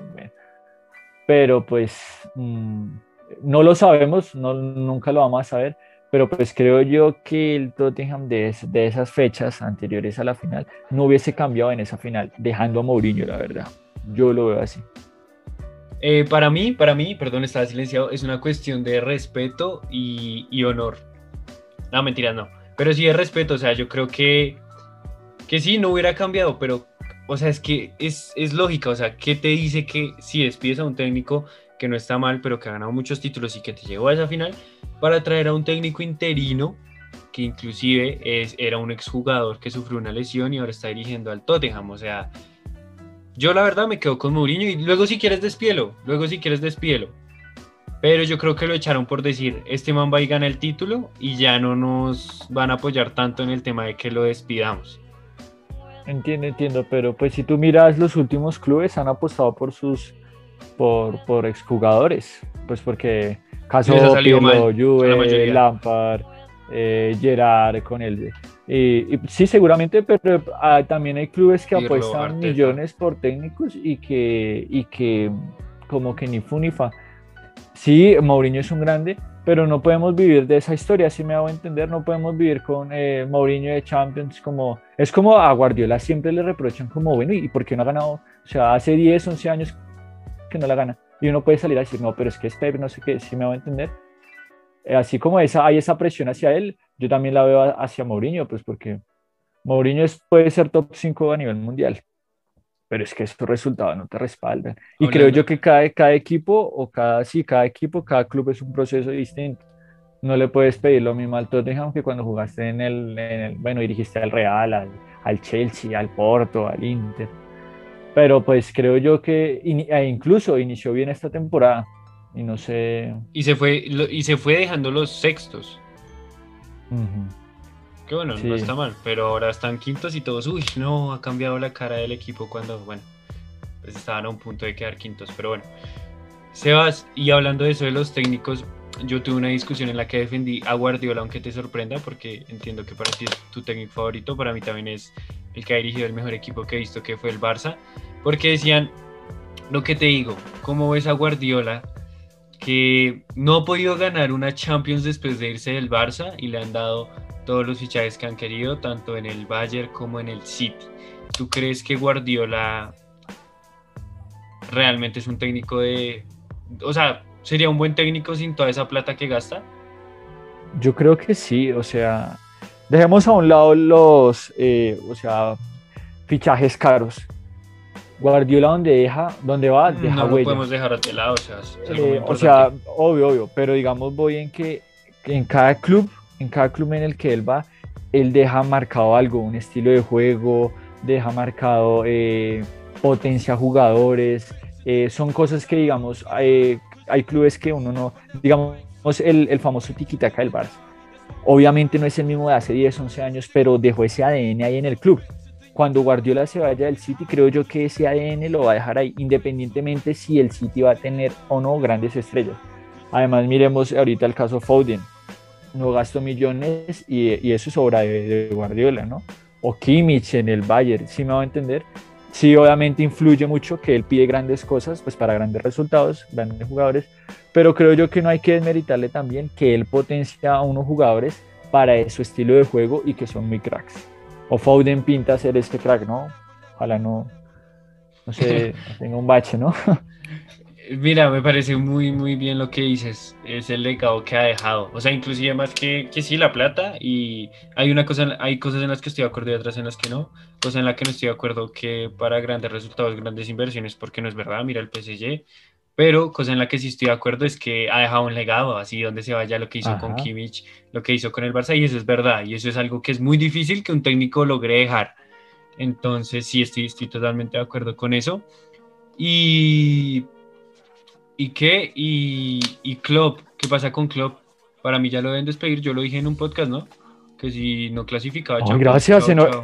Pero pues mmm, no lo sabemos, no, nunca lo vamos a saber. Pero pues creo yo que el Tottenham de, de, esas fechas anteriores a la final no hubiese cambiado en esa final, dejando a Mourinho, la verdad. Yo lo veo así. Eh, para mí, para mí, perdón, estaba silenciado, es una cuestión de respeto y, y honor. No, mentiras, no pero sí de respeto, o sea, yo creo que, que sí, no hubiera cambiado, pero, o sea, es que es, es lógica, o sea, ¿qué te dice que si despides a un técnico que no está mal, pero que ha ganado muchos títulos y que te llegó a esa final, para traer a un técnico interino, que inclusive es, era un exjugador que sufrió una lesión y ahora está dirigiendo al Tottenham, o sea, yo la verdad me quedo con Mourinho y luego si quieres despielo, luego si quieres despielo, pero yo creo que lo echaron por decir, este man va y gana el título y ya no nos van a apoyar tanto en el tema de que lo despidamos. Entiendo, entiendo, pero pues si tú miras los últimos clubes han apostado por sus por, por exjugadores, pues porque caso Pirlo, Juve, la Lampard, eh, Gerard con él. Eh, Y, y, sí, seguramente, pero ah, también hay clubes que Pirlo, apuestan Arteta. millones por técnicos y que y que como que ni funifa sí, Mourinho es un grande, pero no podemos vivir de esa historia, si me hago entender, no podemos vivir con eh, Mourinho de Champions como, es como a Guardiola siempre le reprochan como, bueno, ¿y por qué no ha ganado? O sea, hace 10, 11 años que no la gana. Y uno puede salir a decir, no, pero es que es Pep, no sé qué, si me hago entender. Eh, así como esa, hay esa presión hacia él, yo también la veo hacia Mourinho, pues porque Mourinho es, puede ser top 5 a nivel mundial pero es que estos resultados no te respaldan. Y Hablando. creo yo que cada, cada equipo, o cada, sí, cada equipo, cada club es un proceso distinto. No le puedes pedir lo mismo al Tottenham que cuando jugaste en el, en el bueno, dirigiste al Real, al, al, Chelsea, al Porto, al Inter. Pero pues creo yo que in, incluso inició bien esta temporada y no sé. Y se fue, y se fue dejando los sextos. Uh -huh. Que bueno, sí. no está mal, pero ahora están quintos y todos, uy, no, ha cambiado la cara del equipo cuando, bueno, pues estaban a un punto de quedar quintos, pero bueno. Sebas, y hablando de eso de los técnicos, yo tuve una discusión en la que defendí a Guardiola, aunque te sorprenda, porque entiendo que para ti es tu técnico favorito, para mí también es el que ha dirigido el mejor equipo que he visto, que fue el Barça, porque decían, lo que te digo, ¿cómo ves a Guardiola? que no ha podido ganar una Champions después de irse del Barça y le han dado todos los fichajes que han querido, tanto en el Bayern como en el City. ¿Tú crees que Guardiola realmente es un técnico de... O sea, ¿sería un buen técnico sin toda esa plata que gasta? Yo creo que sí, o sea, dejemos a un lado los, eh, o sea, fichajes caros. Guardiola donde deja, donde va, Ah, deja Mm, no, huella. No podemos dejar a este lado, o sea, es algo eh, muy o sea, obvio, obvio, pero digamos voy en que en cada club en cada club en el que él va, él deja marcado algo, un estilo de juego, deja marcado eh, potencia jugadores, eh, son cosas que digamos, eh, hay clubes que uno no, digamos, el, el famoso tiquitaca del Barça. Obviamente no es el mismo de hace 10, 11 años, pero dejó ese ADN ahí en el club. Cuando Guardiola se vaya del City, creo yo que ese ADN lo va a dejar ahí, independientemente si el City va a tener o no grandes estrellas. Además, miremos ahorita el caso Foden no gasto millones y, y eso es obra de, de, Guardiola, ¿no? O Kimmich en el Bayern, si ¿sí me va a entender? Sí, obviamente influye mucho que él pide grandes cosas, pues para grandes resultados, grandes jugadores, pero creo yo que no hay que desmeritarle también que él potencia a unos jugadores para su estilo de juego y que son muy cracks. O Foden pinta ser este crack, ¿no? Ojalá no, no sé, tenga un bache, ¿no? Mira, me parece muy, muy bien lo que dices. Es el legado que ha dejado. O sea, inclusive más que, que sí, la plata. Y hay una cosa, hay cosas en las que estoy de acuerdo y otras en las que no. Cosa en la que no estoy de acuerdo que para grandes resultados, grandes inversiones, porque no es verdad, mira el PSG. Pero cosa en la que sí estoy de acuerdo es que ha dejado un legado, así donde se vaya lo que hizo Ajá. con Kimmich, lo que hizo con el Barça, y eso es verdad. Y eso es algo que es muy difícil que un técnico logre dejar. Entonces, sí, estoy, estoy totalmente de acuerdo con eso. Y. ¿Y qué? Y, y Klopp, ¿qué pasa con Klopp? Para mí ya lo deben despedir, yo lo dije en un podcast, ¿no? Que si no clasificaba. Ay, Champions, gracias, chao, enhor- chao.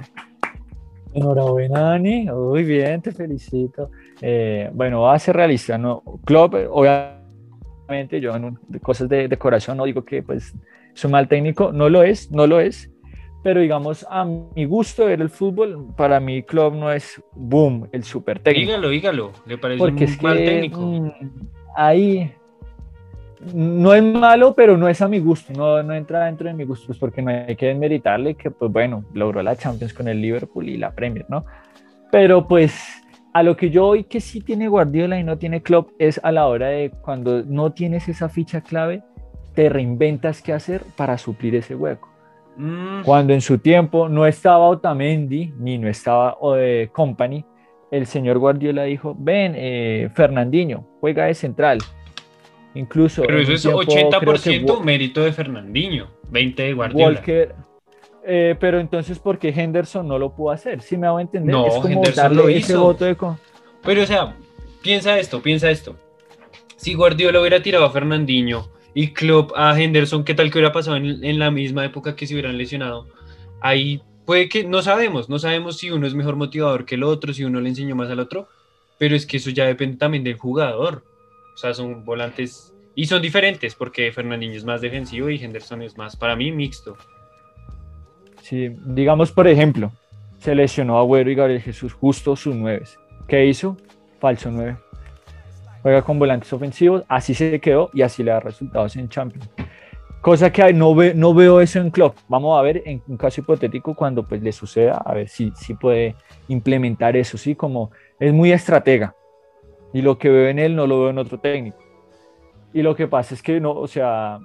Enhorabuena, Dani. Muy bien, te felicito. Eh, bueno, va a ser realista, ¿no? Klopp, eh, obviamente, yo en un- de cosas de, de corazón no digo que pues, es un mal técnico, no lo es, no lo es. Pero digamos, a mi gusto de ver el fútbol, para mí Klopp no es boom, el super técnico. Dígalo, dígalo. ¿Le parece Porque un es que mal técnico? mm, ahí no es malo, pero no es a mi gusto, no, no entra dentro de mi gusto, pues porque no hay que meritarle que, pues bueno, logró la Champions con el Liverpool y la Premier, ¿no? Pero pues a lo que yo hoy que sí tiene Guardiola y no tiene Klopp es a la hora de cuando no tienes esa ficha clave, te reinventas qué hacer para suplir ese hueco Mm, cuando en su tiempo no estaba Otamendi ni no estaba eh, Company, el señor Guardiola dijo, ven, eh, Fernandinho, juega de central. Incluso... pero en eso un es tiempo, creo que 80% Wa- mérito de Fernandinho, 20% de Guardiola. Walker... eh, pero entonces, ¿por qué Henderson no lo pudo hacer? Si me hago entender, No, es como Henderson darle lo ese hizo. voto de... con- Pero, o sea, piensa esto, piensa esto. Si Guardiola hubiera tirado a Fernandinho y Klopp a Henderson, ¿qué tal que hubiera pasado en, en la misma época que se hubieran lesionado? Ahí puede que, no sabemos, no sabemos si uno es mejor motivador que el otro, si uno le enseñó más al otro, pero es que eso ya depende también del jugador. O sea, son volantes y son diferentes porque Fernandinho es más defensivo y Henderson es más, para mí, mixto. Sí, digamos, por ejemplo, se lesionó Agüero y Gabriel Jesús, justo sus nueves. ¿Qué hizo? Falso nueve. Juega con volantes ofensivos, así se quedó y así le da resultados en Champions. Cosa que no, ve- no veo eso en Klopp. Vamos a ver en un caso hipotético cuando pues le suceda, a ver si, si puede implementar eso, ¿sí? Como es muy estratega y lo que veo en él no lo veo en otro técnico. Y lo que pasa es que no, o sea,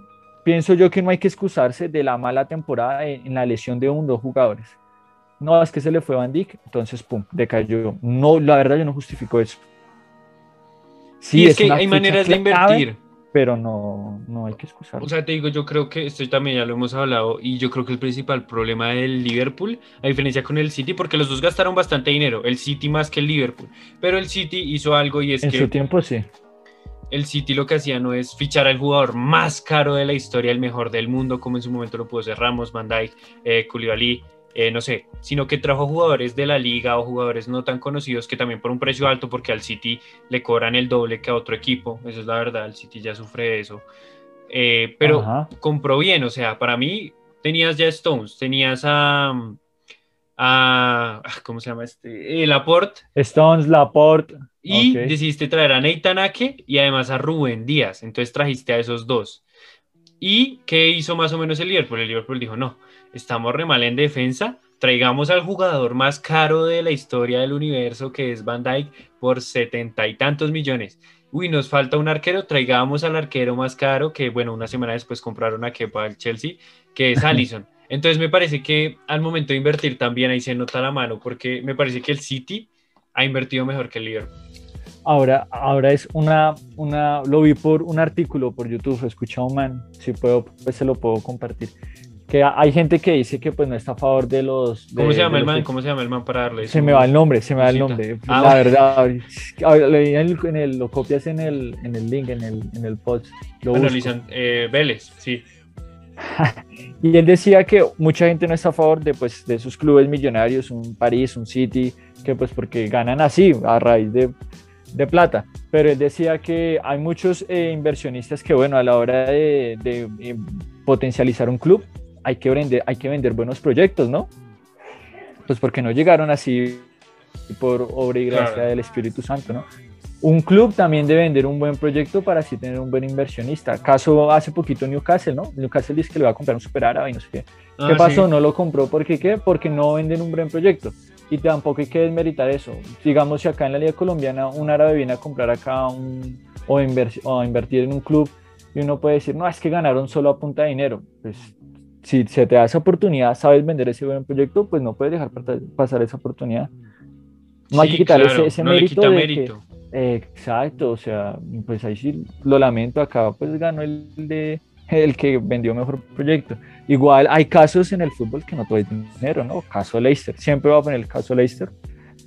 pienso yo que no hay que excusarse de la mala temporada en en la lesión de un dos jugadores. No, es que se le fue Van Dijk, entonces pum, decayó. No, la verdad yo no justifico eso. Sí, y es, que una hay ficha maneras de clave, invertir. Pero no, no hay que excusarse. O sea, te digo, yo creo que esto también ya lo hemos hablado y yo creo que el principal problema del Liverpool, a diferencia con el City, porque los dos gastaron bastante dinero, el City más que el Liverpool, pero el City hizo algo y es en que su tiempo sí. el City lo que hacía no es fichar al jugador más caro de la historia, el mejor del mundo, como en su momento lo pudo ser Ramos, Van Dijk, eh, Koulibaly, eh, no sé, sino que trajo jugadores de la liga o jugadores no tan conocidos que también por un precio alto, porque al City le cobran el doble que a otro equipo, eso es la verdad, el City ya sufre de eso. Eh, pero Ajá. compró bien, o sea, para mí tenías ya Stones, tenías a, a ¿cómo se llama este? El Laporte Stones, Laporte, y Ok. decidiste traer a Nathan Ake y además a Rubén Díaz, entonces trajiste a esos dos. ¿Y qué hizo más o menos el Liverpool? El Liverpool dijo, no, estamos re mal en defensa, traigamos al jugador más caro de la historia del universo, que es Van Dijk, por setenta y tantos millones. Uy, nos falta un arquero, traigamos al arquero más caro, que bueno, una semana después compraron a Kepa al Chelsea, que es Allison. Entonces me parece que al momento de invertir también ahí se nota la mano, porque me parece que el City ha invertido mejor que el Liverpool. Ahora, ahora es una, una, lo vi por un artículo por YouTube, lo escuché a un man, si puedo, pues se lo puedo compartir. Que ha- hay gente que dice que pues no está a favor de los... ¿Cómo de- se llama de el los man? ex- ¿Cómo se llama el man para darle? Se su- me va el nombre, se me va el Visita. nombre. Ah, la bueno. verdad, ahorita- ahora leí en el- en el- lo copias en el, en el link, en el, en el post. Lo Bueno, busco. Lisan- eh, Vélez, sí. Y él decía que mucha gente no está a favor de, pues, de esos clubes millonarios, un París, un City, que pues porque ganan así, a raíz de, de plata. Pero él decía que hay muchos eh, inversionistas que, bueno, a la hora de, de, eh, potencializar un club, hay que, vender, hay que vender buenos proyectos, ¿no? Pues porque no llegaron así por obra y gracia Claro. del Espíritu Santo, ¿no? Un club también debe vender un buen proyecto para así tener un buen inversionista. Caso hace poquito Newcastle, ¿no? Newcastle dice que le va a comprar un super árabe y no sé qué. Ah, ¿Qué pasó? sí. No lo compró porque qué? Porque no venden un buen proyecto. Y tampoco hay que desmeritar eso. Digamos, si acá en la Liga Colombiana un árabe viene a comprar acá un, o, inver- o a invertir en un club y uno puede decir, no, es que ganaron solo a punta de dinero. Pues si se te da esa oportunidad, sabes vender ese buen proyecto, pues no puedes dejar pat- pasar esa oportunidad. No hay Sí, que quitar claro, ese, ese no le mérito. quita de mérito. que- exacto, o sea, pues ahí sí lo lamento. Acá pues ganó el de el que vendió mejor proyecto. Igual hay casos en el fútbol que no todo es dinero, ¿no? Caso Leicester, siempre va a poner el caso Leicester,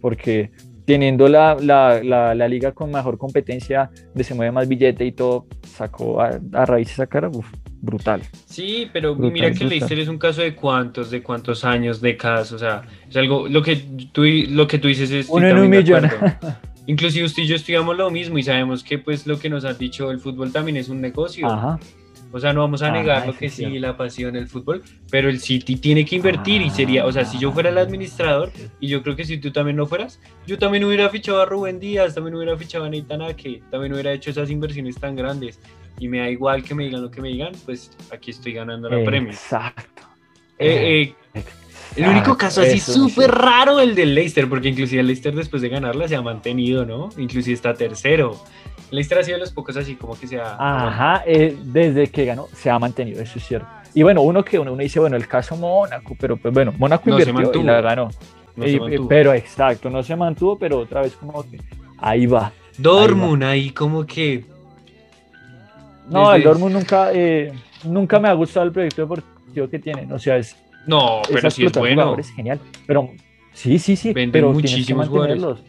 porque teniendo la, la, la, la liga con mejor competencia, de se mueve más billete y todo, sacó a, a raíz de esa cara, uf, brutal. Sí, pero Brutal, mira que brutal. Leicester es un caso de cuántos, de cuántos años, décadas, o sea, es algo, lo que tú, lo que tú dices es... Uno en un totalmente de millón. acuerdo. Inclusive usted y yo estudiamos lo mismo y sabemos que pues lo que nos han dicho el fútbol también es un negocio. Ajá. O sea, no vamos a Ajá, negar lo eso que Ah, es sí, cierto. la pasión del fútbol, pero el City tiene que invertir y sería, o sea, si yo fuera el administrador, y yo creo que si tú también no fueras, yo también hubiera fichado a Rubén Díaz, también hubiera fichado a Nathan Ake, también hubiera hecho esas inversiones tan grandes. Y me da igual que me digan lo que me digan, pues aquí estoy ganando Eh, la premia. Exacto. Eh, eh, el ah, único caso así súper raro el del Leicester, porque inclusive el Leicester después de ganarla se ha mantenido, ¿no? Inclusive está tercero. El Leicester ha sido de los pocos así como que se ha... Ajá, eh, desde que ganó se ha mantenido, eso es cierto. Y bueno, uno que uno, uno dice, bueno, el caso Mónaco, pero pues bueno, Mónaco No se invirtió mantuvo. y la ganó. no se Eh, mantuvo. pero exacto, no se mantuvo, pero otra vez como que ahí va. Dortmund ahí como que... No, desde- el Dortmund nunca, eh, nunca me ha gustado el proyecto deportivo que tienen. O sea, es, No, esa pero sí es explotación de bueno. jugadores, genial. Pero sí, sí, sí. Venden pero tienes que muchísimos jugadores. mantenerlos.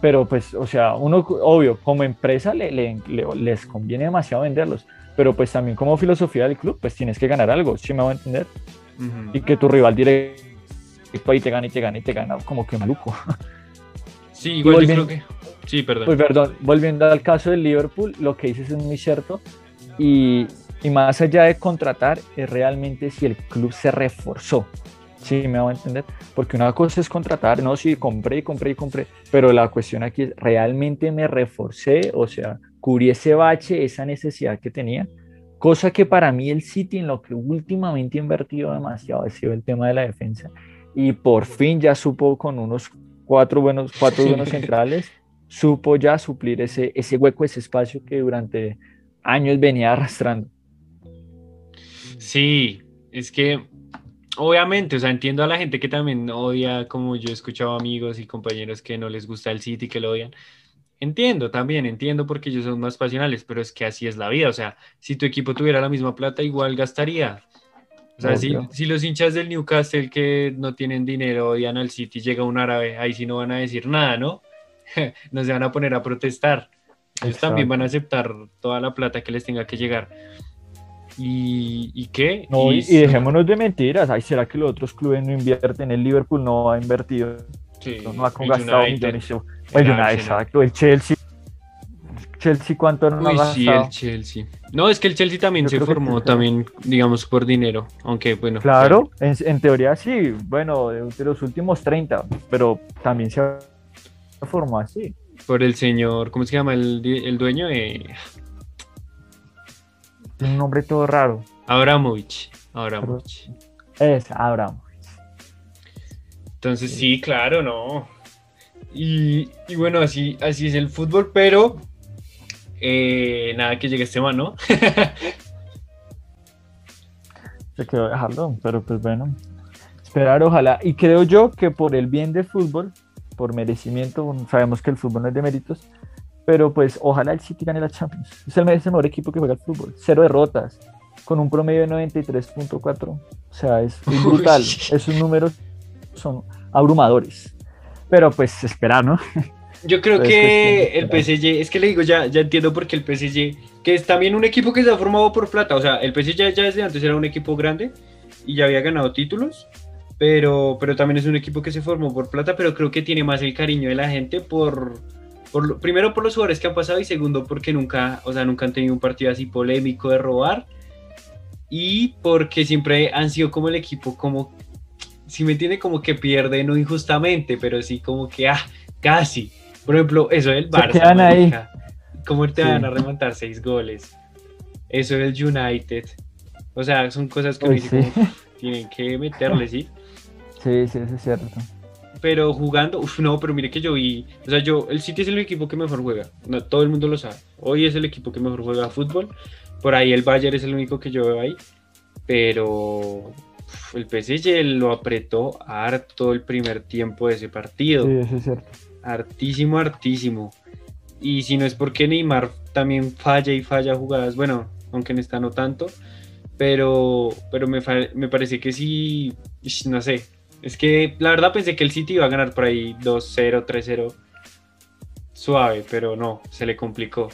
Pero pues, o sea, uno, obvio, como empresa le, le- le- les conviene demasiado venderlos. Pero pues también como filosofía del club, pues tienes que ganar algo, si me va a entender. Ujú. Y que tu rival directo ahí te gana y te gana y te gana, como que maluco. Sí, igual yo creo volviendo- que... Sí, perdón. Pues perdón, volviendo al caso del Liverpool, lo que dices es muy cierto. Y, y más allá de contratar, es realmente si el club se reforzó. Sí, me va a entender. Porque una cosa es contratar, no, sí, compré y compré y compré. Pero la cuestión aquí es, ¿realmente me reforcé? O sea, cubrí ese bache, esa necesidad que tenía. Cosa que para mí el City, en lo que últimamente he invertido demasiado, ha sido el tema de la defensa. Y por fin ya supo con unos cuatro buenos, cuatro buenos centrales supo ya suplir ese, ese hueco, ese espacio que durante años venía arrastrando. Sí, es que obviamente, o sea, entiendo a la gente que también odia, como yo he escuchado amigos y compañeros que no les gusta el City, que lo odian. Entiendo también, entiendo porque ellos son más pasionales, pero es que así es la vida. O sea, si tu equipo tuviera la misma plata, igual gastaría. O sea, si, Obvio. si los hinchas del Newcastle que no tienen dinero odian al City, llega un árabe, ahí sí no van a decir nada, ¿no? no se van a poner a protestar. Ellos también Exacto. van a aceptar toda la plata que les tenga que llegar. ¿Y, y qué? No, y, y dejémonos de mentiras. Ay, ¿será que los otros clubes no invierten? El Liverpool no ha invertido, sí, no ha el gastado United. millones. El United, Arsenal. exacto. El Chelsea. Chelsea, ¿cuánto no ha Uy, gastado? sí, el Chelsea. No, es que el Chelsea también Yo se creo que- formó también, digamos, por dinero. Aunque, bueno. Claro, en, en teoría sí. Bueno, de, de los últimos 30, pero también se ha formado así. Por el señor, ¿cómo se llama? El, di- el dueño eh, de Tiene Un nombre todo raro. Abramovich. Abramovich. Es Abraham. Entonces, sí, claro, no. Y, y bueno, así, así es el fútbol, pero eh, nada que llegue este man, ¿no? se quedó dejarlo, pero pues bueno, esperar ojalá. Y creo yo que por el bien del fútbol, por merecimiento, sabemos que el fútbol no es de méritos, pero pues ojalá el City gane la Champions. Es el, es el mejor equipo que juega el fútbol. Cero derrotas, con un promedio de 93.4. O sea, es, es brutal. Uy. Esos números son abrumadores. Pero pues esperar, ¿no? Yo creo Pues, que el cuestión de PSG, es que le digo, ya, ya entiendo por qué el PSG, que es también un equipo que se ha formado por plata, o sea, el PSG ya, ya desde antes era un equipo grande y ya había ganado títulos, pero, pero también es un equipo que se formó por plata, pero creo que tiene más el cariño de la gente por, por lo- primero por los jugadores que han pasado y segundo porque nunca, o sea, nunca han tenido un partido así polémico de robar y porque siempre han sido como el equipo como, si me entiende, como que pierde, no injustamente, pero sí como que, ah, casi. Por ejemplo, eso del Barça. quedan ahí. marica. ¿Cómo te Sí. van a remontar seis goles? Eso del United. O sea, son cosas que uno Uy, dice sí. como, tienen que meterle, ¿sí? sí, sí, eso es cierto. Pero jugando, uff, no, pero mire que yo vi, o sea, yo, el City es el equipo que mejor juega, no, todo el mundo lo sabe, hoy es el equipo que mejor juega a fútbol, por ahí el Bayern es el único que yo veo ahí, pero uf, el PSG lo apretó harto el primer tiempo de ese partido, Sí, eso es cierto. hartísimo, hartísimo, y si no es porque Neymar también falla y falla jugadas, bueno, aunque en esta no tanto, pero, pero me, me parece que sí, ish, no sé, es que la verdad pensé que el City iba a ganar por ahí 2-0, 3-0, suave, pero no, se le complicó.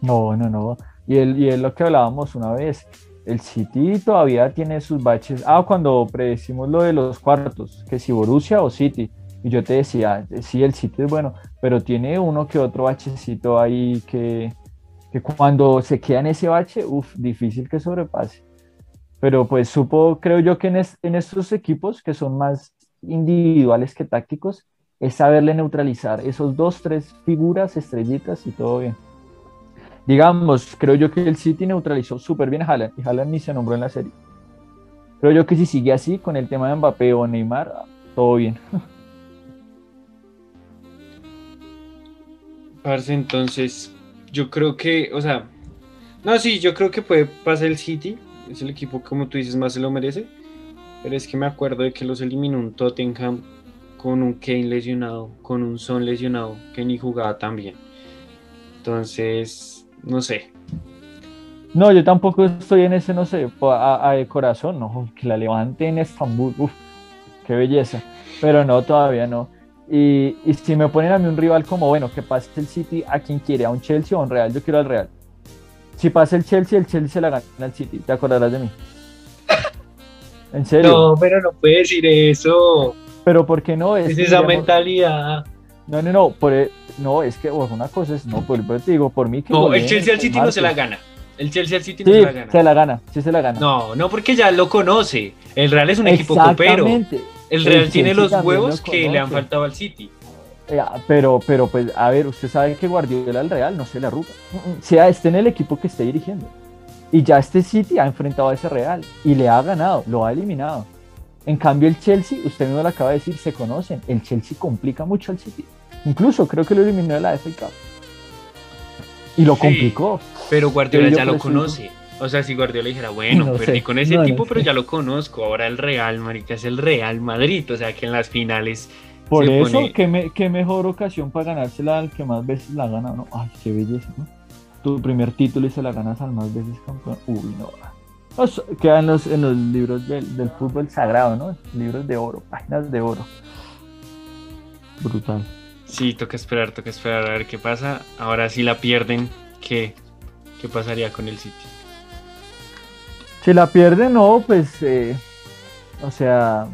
No, no, no. Y, el, y es lo que hablábamos una vez. El City todavía tiene sus baches. Ah, cuando predecimos lo de los cuartos, que si Borussia o City. Y yo te decía, sí, el City es bueno, pero tiene uno que otro bachecito ahí que, que cuando se queda en ese bache, uff, difícil que sobrepase. Pero pues supo, creo yo que en, es, en estos equipos que son más individuales que tácticos, es saberle neutralizar esos dos, tres figuras, estrellitas y todo bien digamos, creo yo que el City neutralizó súper bien a Haaland y Haaland ni se nombró en la serie. Creo yo que si sigue así con el tema de Mbappé o Neymar, todo bien. Parce, entonces, yo creo que, o sea, no, sí, yo creo que puede pasar el City, es el equipo como tú dices más se lo merece, pero es que me acuerdo de que los eliminó un Tottenham con un Kane lesionado, con un Son lesionado, que ni jugaba tan bien. Entonces, no sé. No, yo tampoco estoy en ese, no sé, a, a de corazón, no, que la levante en Estambul, uff, qué belleza, pero no, todavía no. Y, y, si me ponen a mí un rival como, bueno, que pase el City a quien quiere, a un Chelsea o a un Real, yo quiero al Real. Si pasa el Chelsea, el Chelsea la gana al City, te acordarás de mí. ¿En serio? No, pero no puede decir eso. ¿Pero por qué no? Es, es esa digamos, mentalidad. No, no, no, por, e, no, es que bueno, una cosa es, no, por, te digo, por mí que... No, el Chelsea al City Marcos. no se la gana. El Chelsea al City no sí, se la gana. Se la gana, sí se la gana. No, no, porque ya lo conoce. El Real es un equipo copero. El Real el tiene los huevos lo que le han faltado al City. Eh, pero, pero, pues, a ver, usted sabe que Guardiola al Real no se la arruga. Mm, Sea esté en el equipo que esté dirigiendo. Y ya este City ha enfrentado a ese Real y le ha ganado, lo ha eliminado. En cambio, el Chelsea, usted mismo lo acaba de decir, se conocen. El Chelsea complica mucho al City. Incluso creo que lo eliminó de la FA Cup. Y lo sí, complicó. Pero Guardiola ya lo presunto. conoce. O sea, si Guardiola dijera, bueno, no perdí sé, con ese no tipo, no pero sé. ya lo conozco. Ahora el Real, marica, es el Real Madrid. O sea, que en las finales. Por se eso, pone... ¿qué, me, qué, mejor ocasión para ganársela al que más veces la gana, ¿no? Ay, qué belleza, ¿no? Tu primer título y se la ganas al más veces campeón. Uy, no. Eso queda en los, en los libros del, del fútbol sagrado, ¿no? Libros de oro, páginas de oro. Brutal. Sí, toca esperar, toca esperar a ver qué pasa. Ahora si la pierden, ¿qué, qué pasaría con el City? Si la pierden, no, pues, eh, o sea,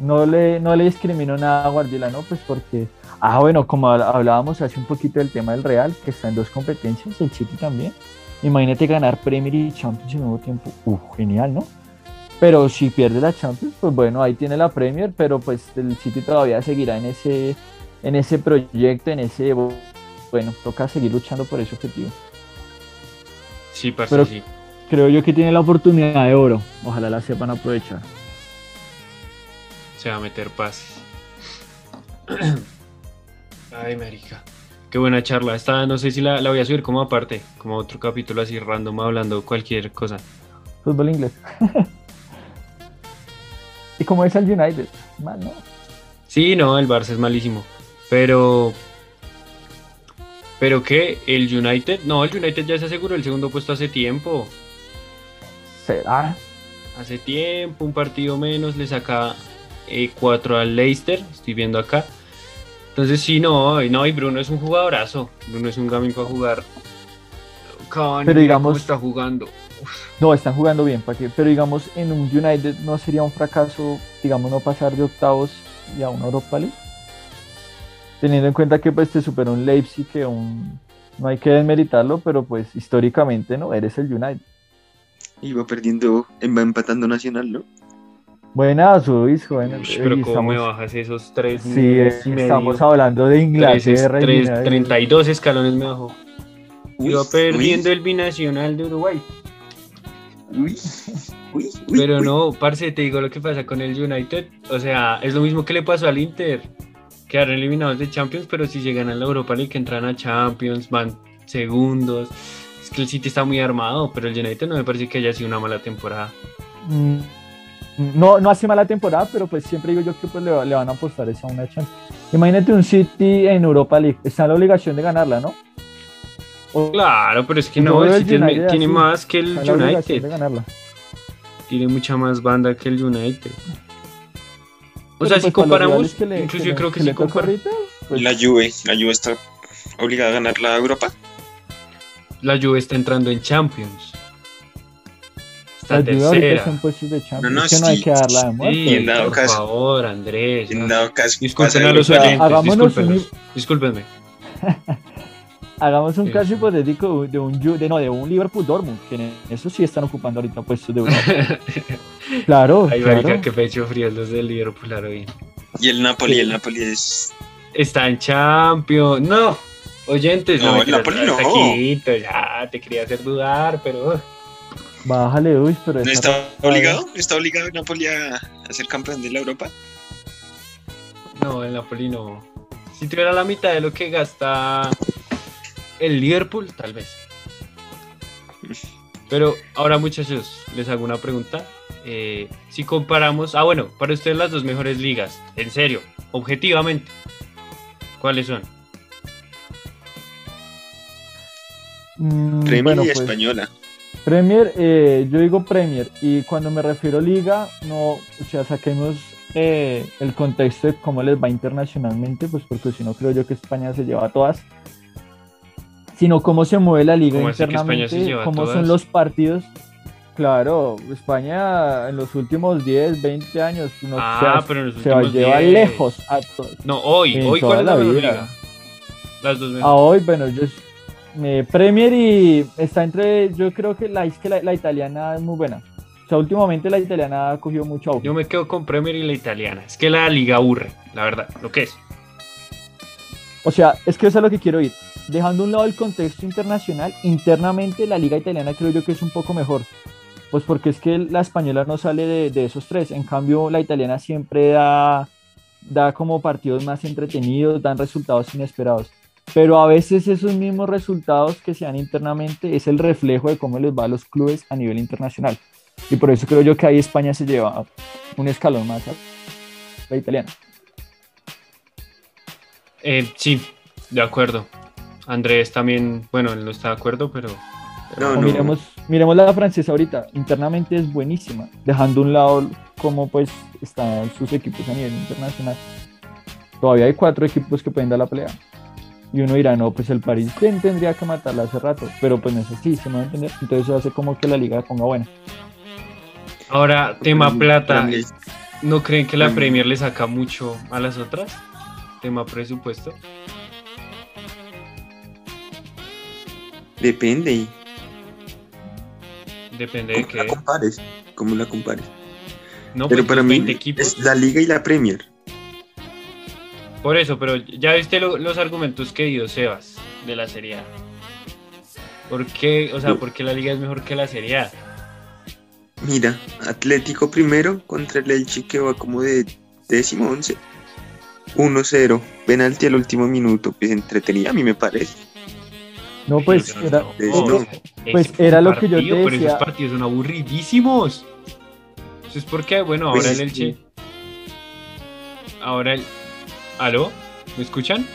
no le, no le discriminó nada a Guardiola, ¿no? Pues porque, ah, bueno, como hablábamos hace un poquito del tema del Real, que está en dos competencias, el City también. Imagínate ganar Premier y Champions en mismo tiempo. Uh, genial, ¿no? Pero si pierde la Champions, pues bueno, ahí tiene la Premier, pero pues el City todavía seguirá en ese en ese proyecto, en ese. Bueno, toca seguir luchando por ese objetivo. Sí, parce, Pero sí. Creo yo que tiene la oportunidad de oro. Ojalá la sepan aprovechar. Se va a meter pases. Ay, marica. Qué buena charla. Esta no sé si la, la, voy a subir como aparte, como otro capítulo así random hablando cualquier cosa. Fútbol inglés. y como es el United. Mal, ¿no? Sí, no, el Barça es malísimo. Pero. Pero que el United. No, el United ya se aseguró el segundo puesto hace tiempo. ¿Será? Hace tiempo, un partido menos, le saca 4 eh, al Leicester. Estoy viendo acá. Entonces, sí, no, no, y Bruno es un jugadorazo. Bruno es un gamín para jugar. Con pero digamos. está jugando. Uf. No, están jugando bien, ¿para qué? Pero digamos, en un United no sería un fracaso, digamos, no pasar de octavos y a un Europa League. Teniendo en cuenta que pues te superó un Leipzig que un... no hay que desmeritarlo, pero pues históricamente no, eres el United. Iba perdiendo, va empatando Nacional, ¿no? Buenas, Luis, joven. Uy, pero Ey, ¿cómo estamos... me bajas esos tres? eh, Sí, es, estamos hablando de Inglaterra. eh. Tres, tres, 32 escalones me bajó. Iba perdiendo uy. el binacional de Uruguay. Uy, uy, uy, pero no, parce, te digo lo que pasa con el United. O sea, es lo mismo que le pasó al Inter. Quedaron eliminados de Champions, pero si llegan a la Europa League, entran a Champions, van segundos. Es que el City está muy armado, pero el United no me parece que haya sido una mala temporada. Mm, no, no hace mala temporada, pero pues siempre digo yo que pues le, le van a apostar esa una Champions. Imagínate un City en Europa League. Está en la obligación de ganarla, ¿no? Claro, pero es que Yo no, veo si el tiene, United tiene así, más que el Está la obligación de United. ganarla. Tiene mucha más banda que el United. O Pero sea, pues si para los comparamos, rivales que le- incluso que yo le- creo que le si toca comparamos. ahorita, pues, La Juve, la Juve está obligada a ganar la Europa. La Juve está entrando en Champions. Está la Juve ahorita tercera. está en puestos pues, de Champions, No, no, que no hay sí, que darla de muerte. Sí, en dado por caso. favor, Andrés. En no. dado caso, Disculpen pasa a los Europa. oyentes, hagámonos un- discúlpenlos, discúlpenme. Hagamos un Sí. caso hipotético de un, Ju- de, no, de un Liverpool Dortmund, que en eso sí están ocupando ahorita puestos de Europa. Claro, Ay, Pues claro. marica, qué pecho frío los del Liverpool ahora bien. Y el Napoli, el Napoli es. Está en Champions. No, oyentes, No, no, el Napoli está no. quieto, ya, te quería hacer dudar, pero uh, Bájale, uy, pero Pues ¿No esta- está obligado? ¿No está obligado el Napoli a, a ser campeón de la Europa? no, el Napoli no. Si tuviera la mitad de lo que gasta el Liverpool, tal vez. Pero ahora, muchachos, les hago una pregunta. Eh, si comparamos, ah, bueno, para ustedes las dos mejores ligas, en serio, objetivamente, ¿cuáles son? Mm, Premier bueno, y pues, española. Premier, eh, yo digo Premier, y cuando me refiero a Liga, no, o sea, saquemos eh, el contexto de cómo les va internacionalmente, pues porque si no creo yo que España se lleva a todas, sino cómo se mueve la Liga ¿Cómo así que España se internamente, lleva a cómo son todas? los partidos. Claro, España en los últimos 10, 20 años no, Ah, se, pero en los se va- últimos lleva 10. lejos a todos. No, hoy, En hoy cuál toda es la, la mejor vida. liga? Las dos mejores. A hoy, bueno, yo eh, Premier y está entre, yo creo que la es que la, la italiana es muy buena. O sea, últimamente la italiana ha cogido mucho auge. Yo me quedo con Premier y la italiana. Es que la liga aburre, la verdad, lo que es. O sea, es que eso es lo que quiero ir. Dejando a un lado el contexto internacional, internamente la liga italiana creo yo que es un poco mejor. Pues porque es que la española no sale de, de esos tres. En cambio, la italiana siempre da, da como partidos más entretenidos, dan resultados inesperados. Pero a veces esos mismos resultados que se dan internamente es el reflejo de cómo les va a los clubes a nivel internacional. Y por eso creo yo que ahí España se lleva un escalón más a la italiana. Eh, sí, de acuerdo. Andrés también, bueno, él no está de acuerdo, pero. No, O no. Miremos, miremos la francesa ahorita, internamente es buenísima, dejando a un lado cómo pues están sus equipos a nivel internacional. Todavía hay cuatro equipos que pueden dar la pelea. Y uno dirá, no, pues el París ten- tendría que matarla hace rato, pero pues no es así, se me va a entender. Entonces eso hace como que la liga la ponga buena. Ahora, tema plata. Premier. ¿No creen que la Mm. Premier le saca mucho a las otras? Tema presupuesto. Depende. Depende de ¿Cómo la qué. compares? ¿Cómo la compares? No, Pero pues, para los mí 20 equipos. es la Liga y la Premier. Por eso, pero ya viste lo- los argumentos que dio Sebas de la Serie A. ¿Por qué? O sea, No. ¿por qué la liga es mejor que la Serie A? Mira, Atlético primero contra el Elche que va como de décimo once. 1-0, penalti al último minuto, pues entretenía a mí me parece. No, pues Pero era, no, esto- pues, ese fue era un lo que yo te partido, Pero esos decía. partidos son aburridísimos. Eso es porque, bueno, ahora Pues el es que- Elche. Ahora el. ¿Aló? ¿Me escuchan?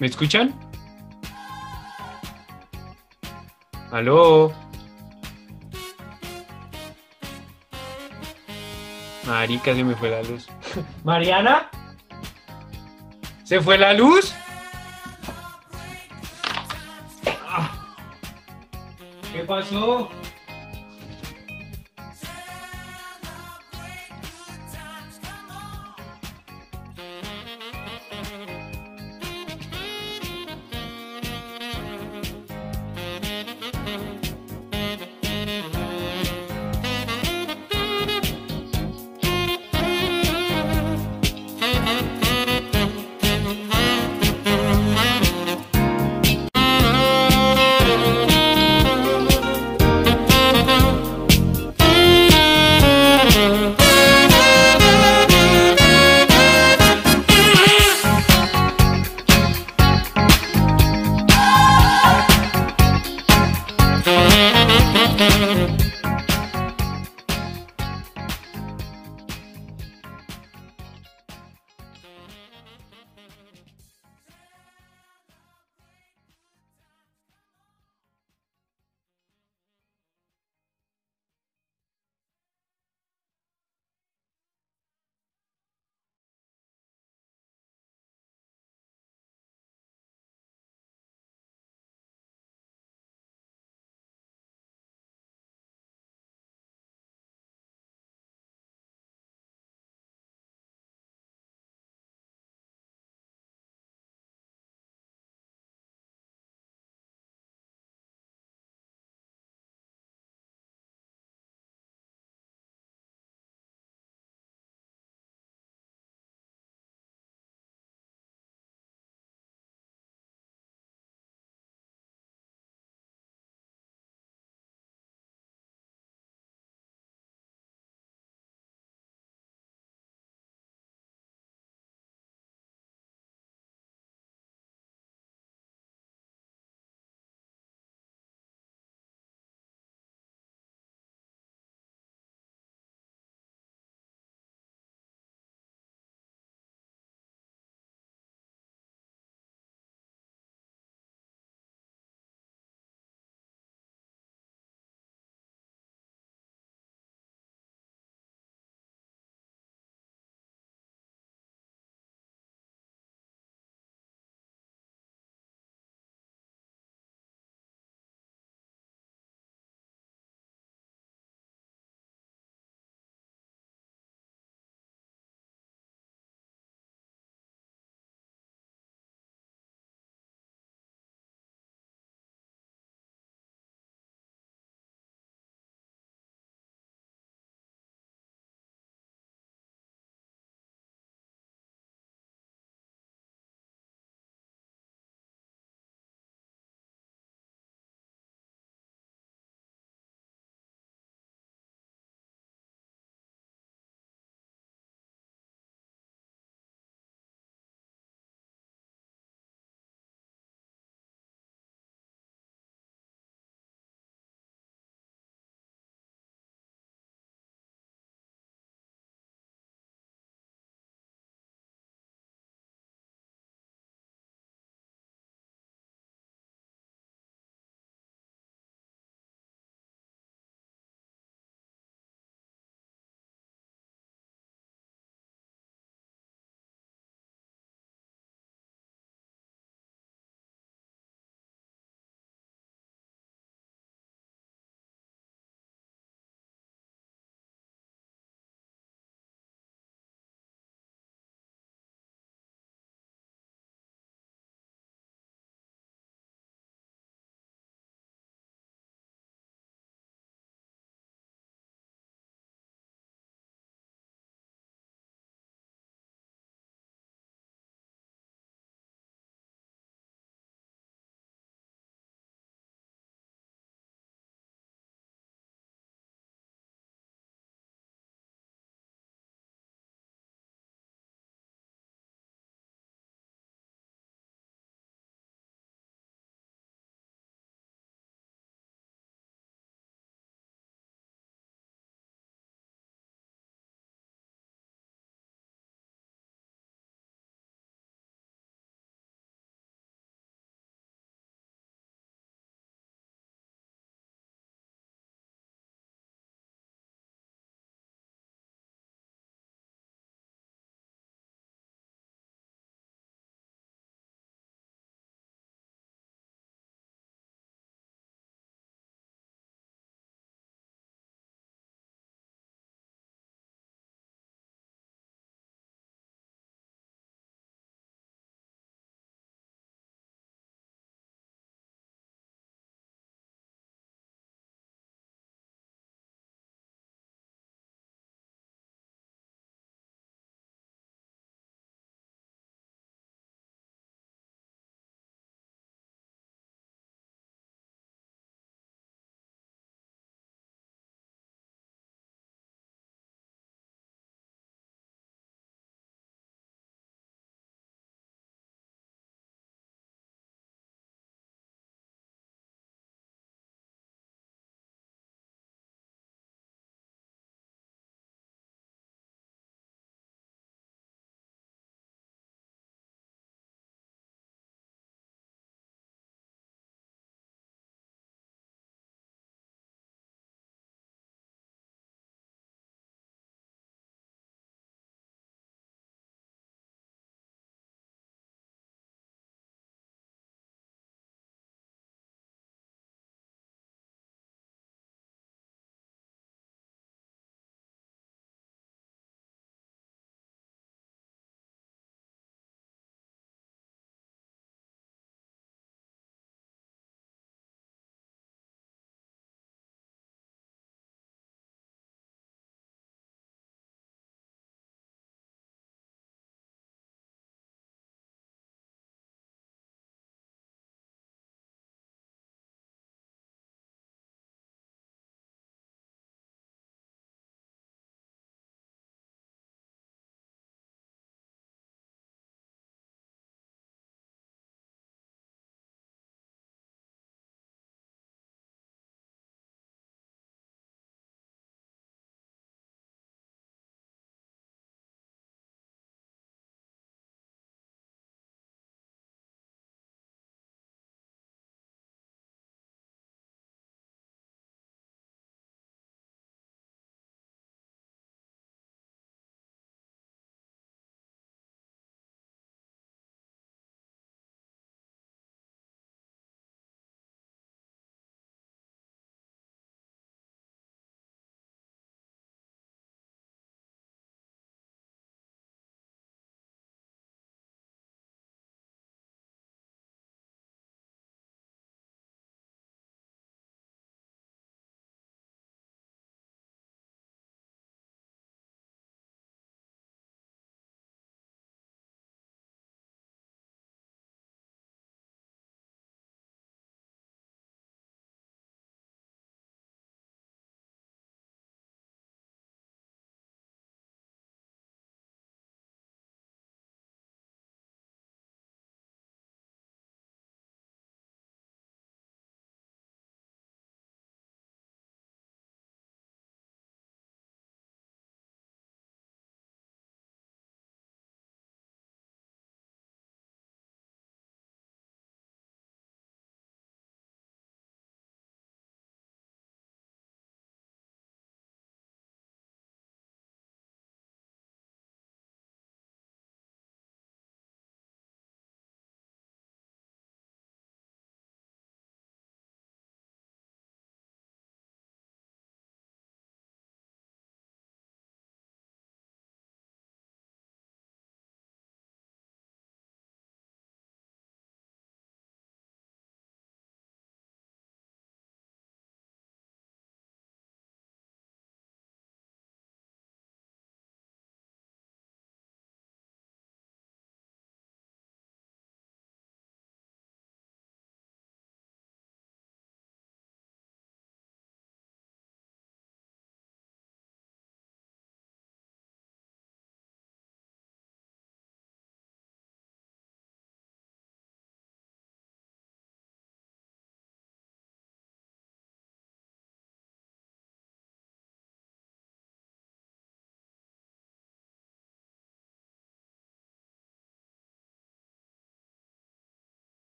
¿Me escuchan? ¿Aló? Marica, se me fue la luz. ¿Mariana? ¿Se fue la luz? Ah. ¿Qué pasó?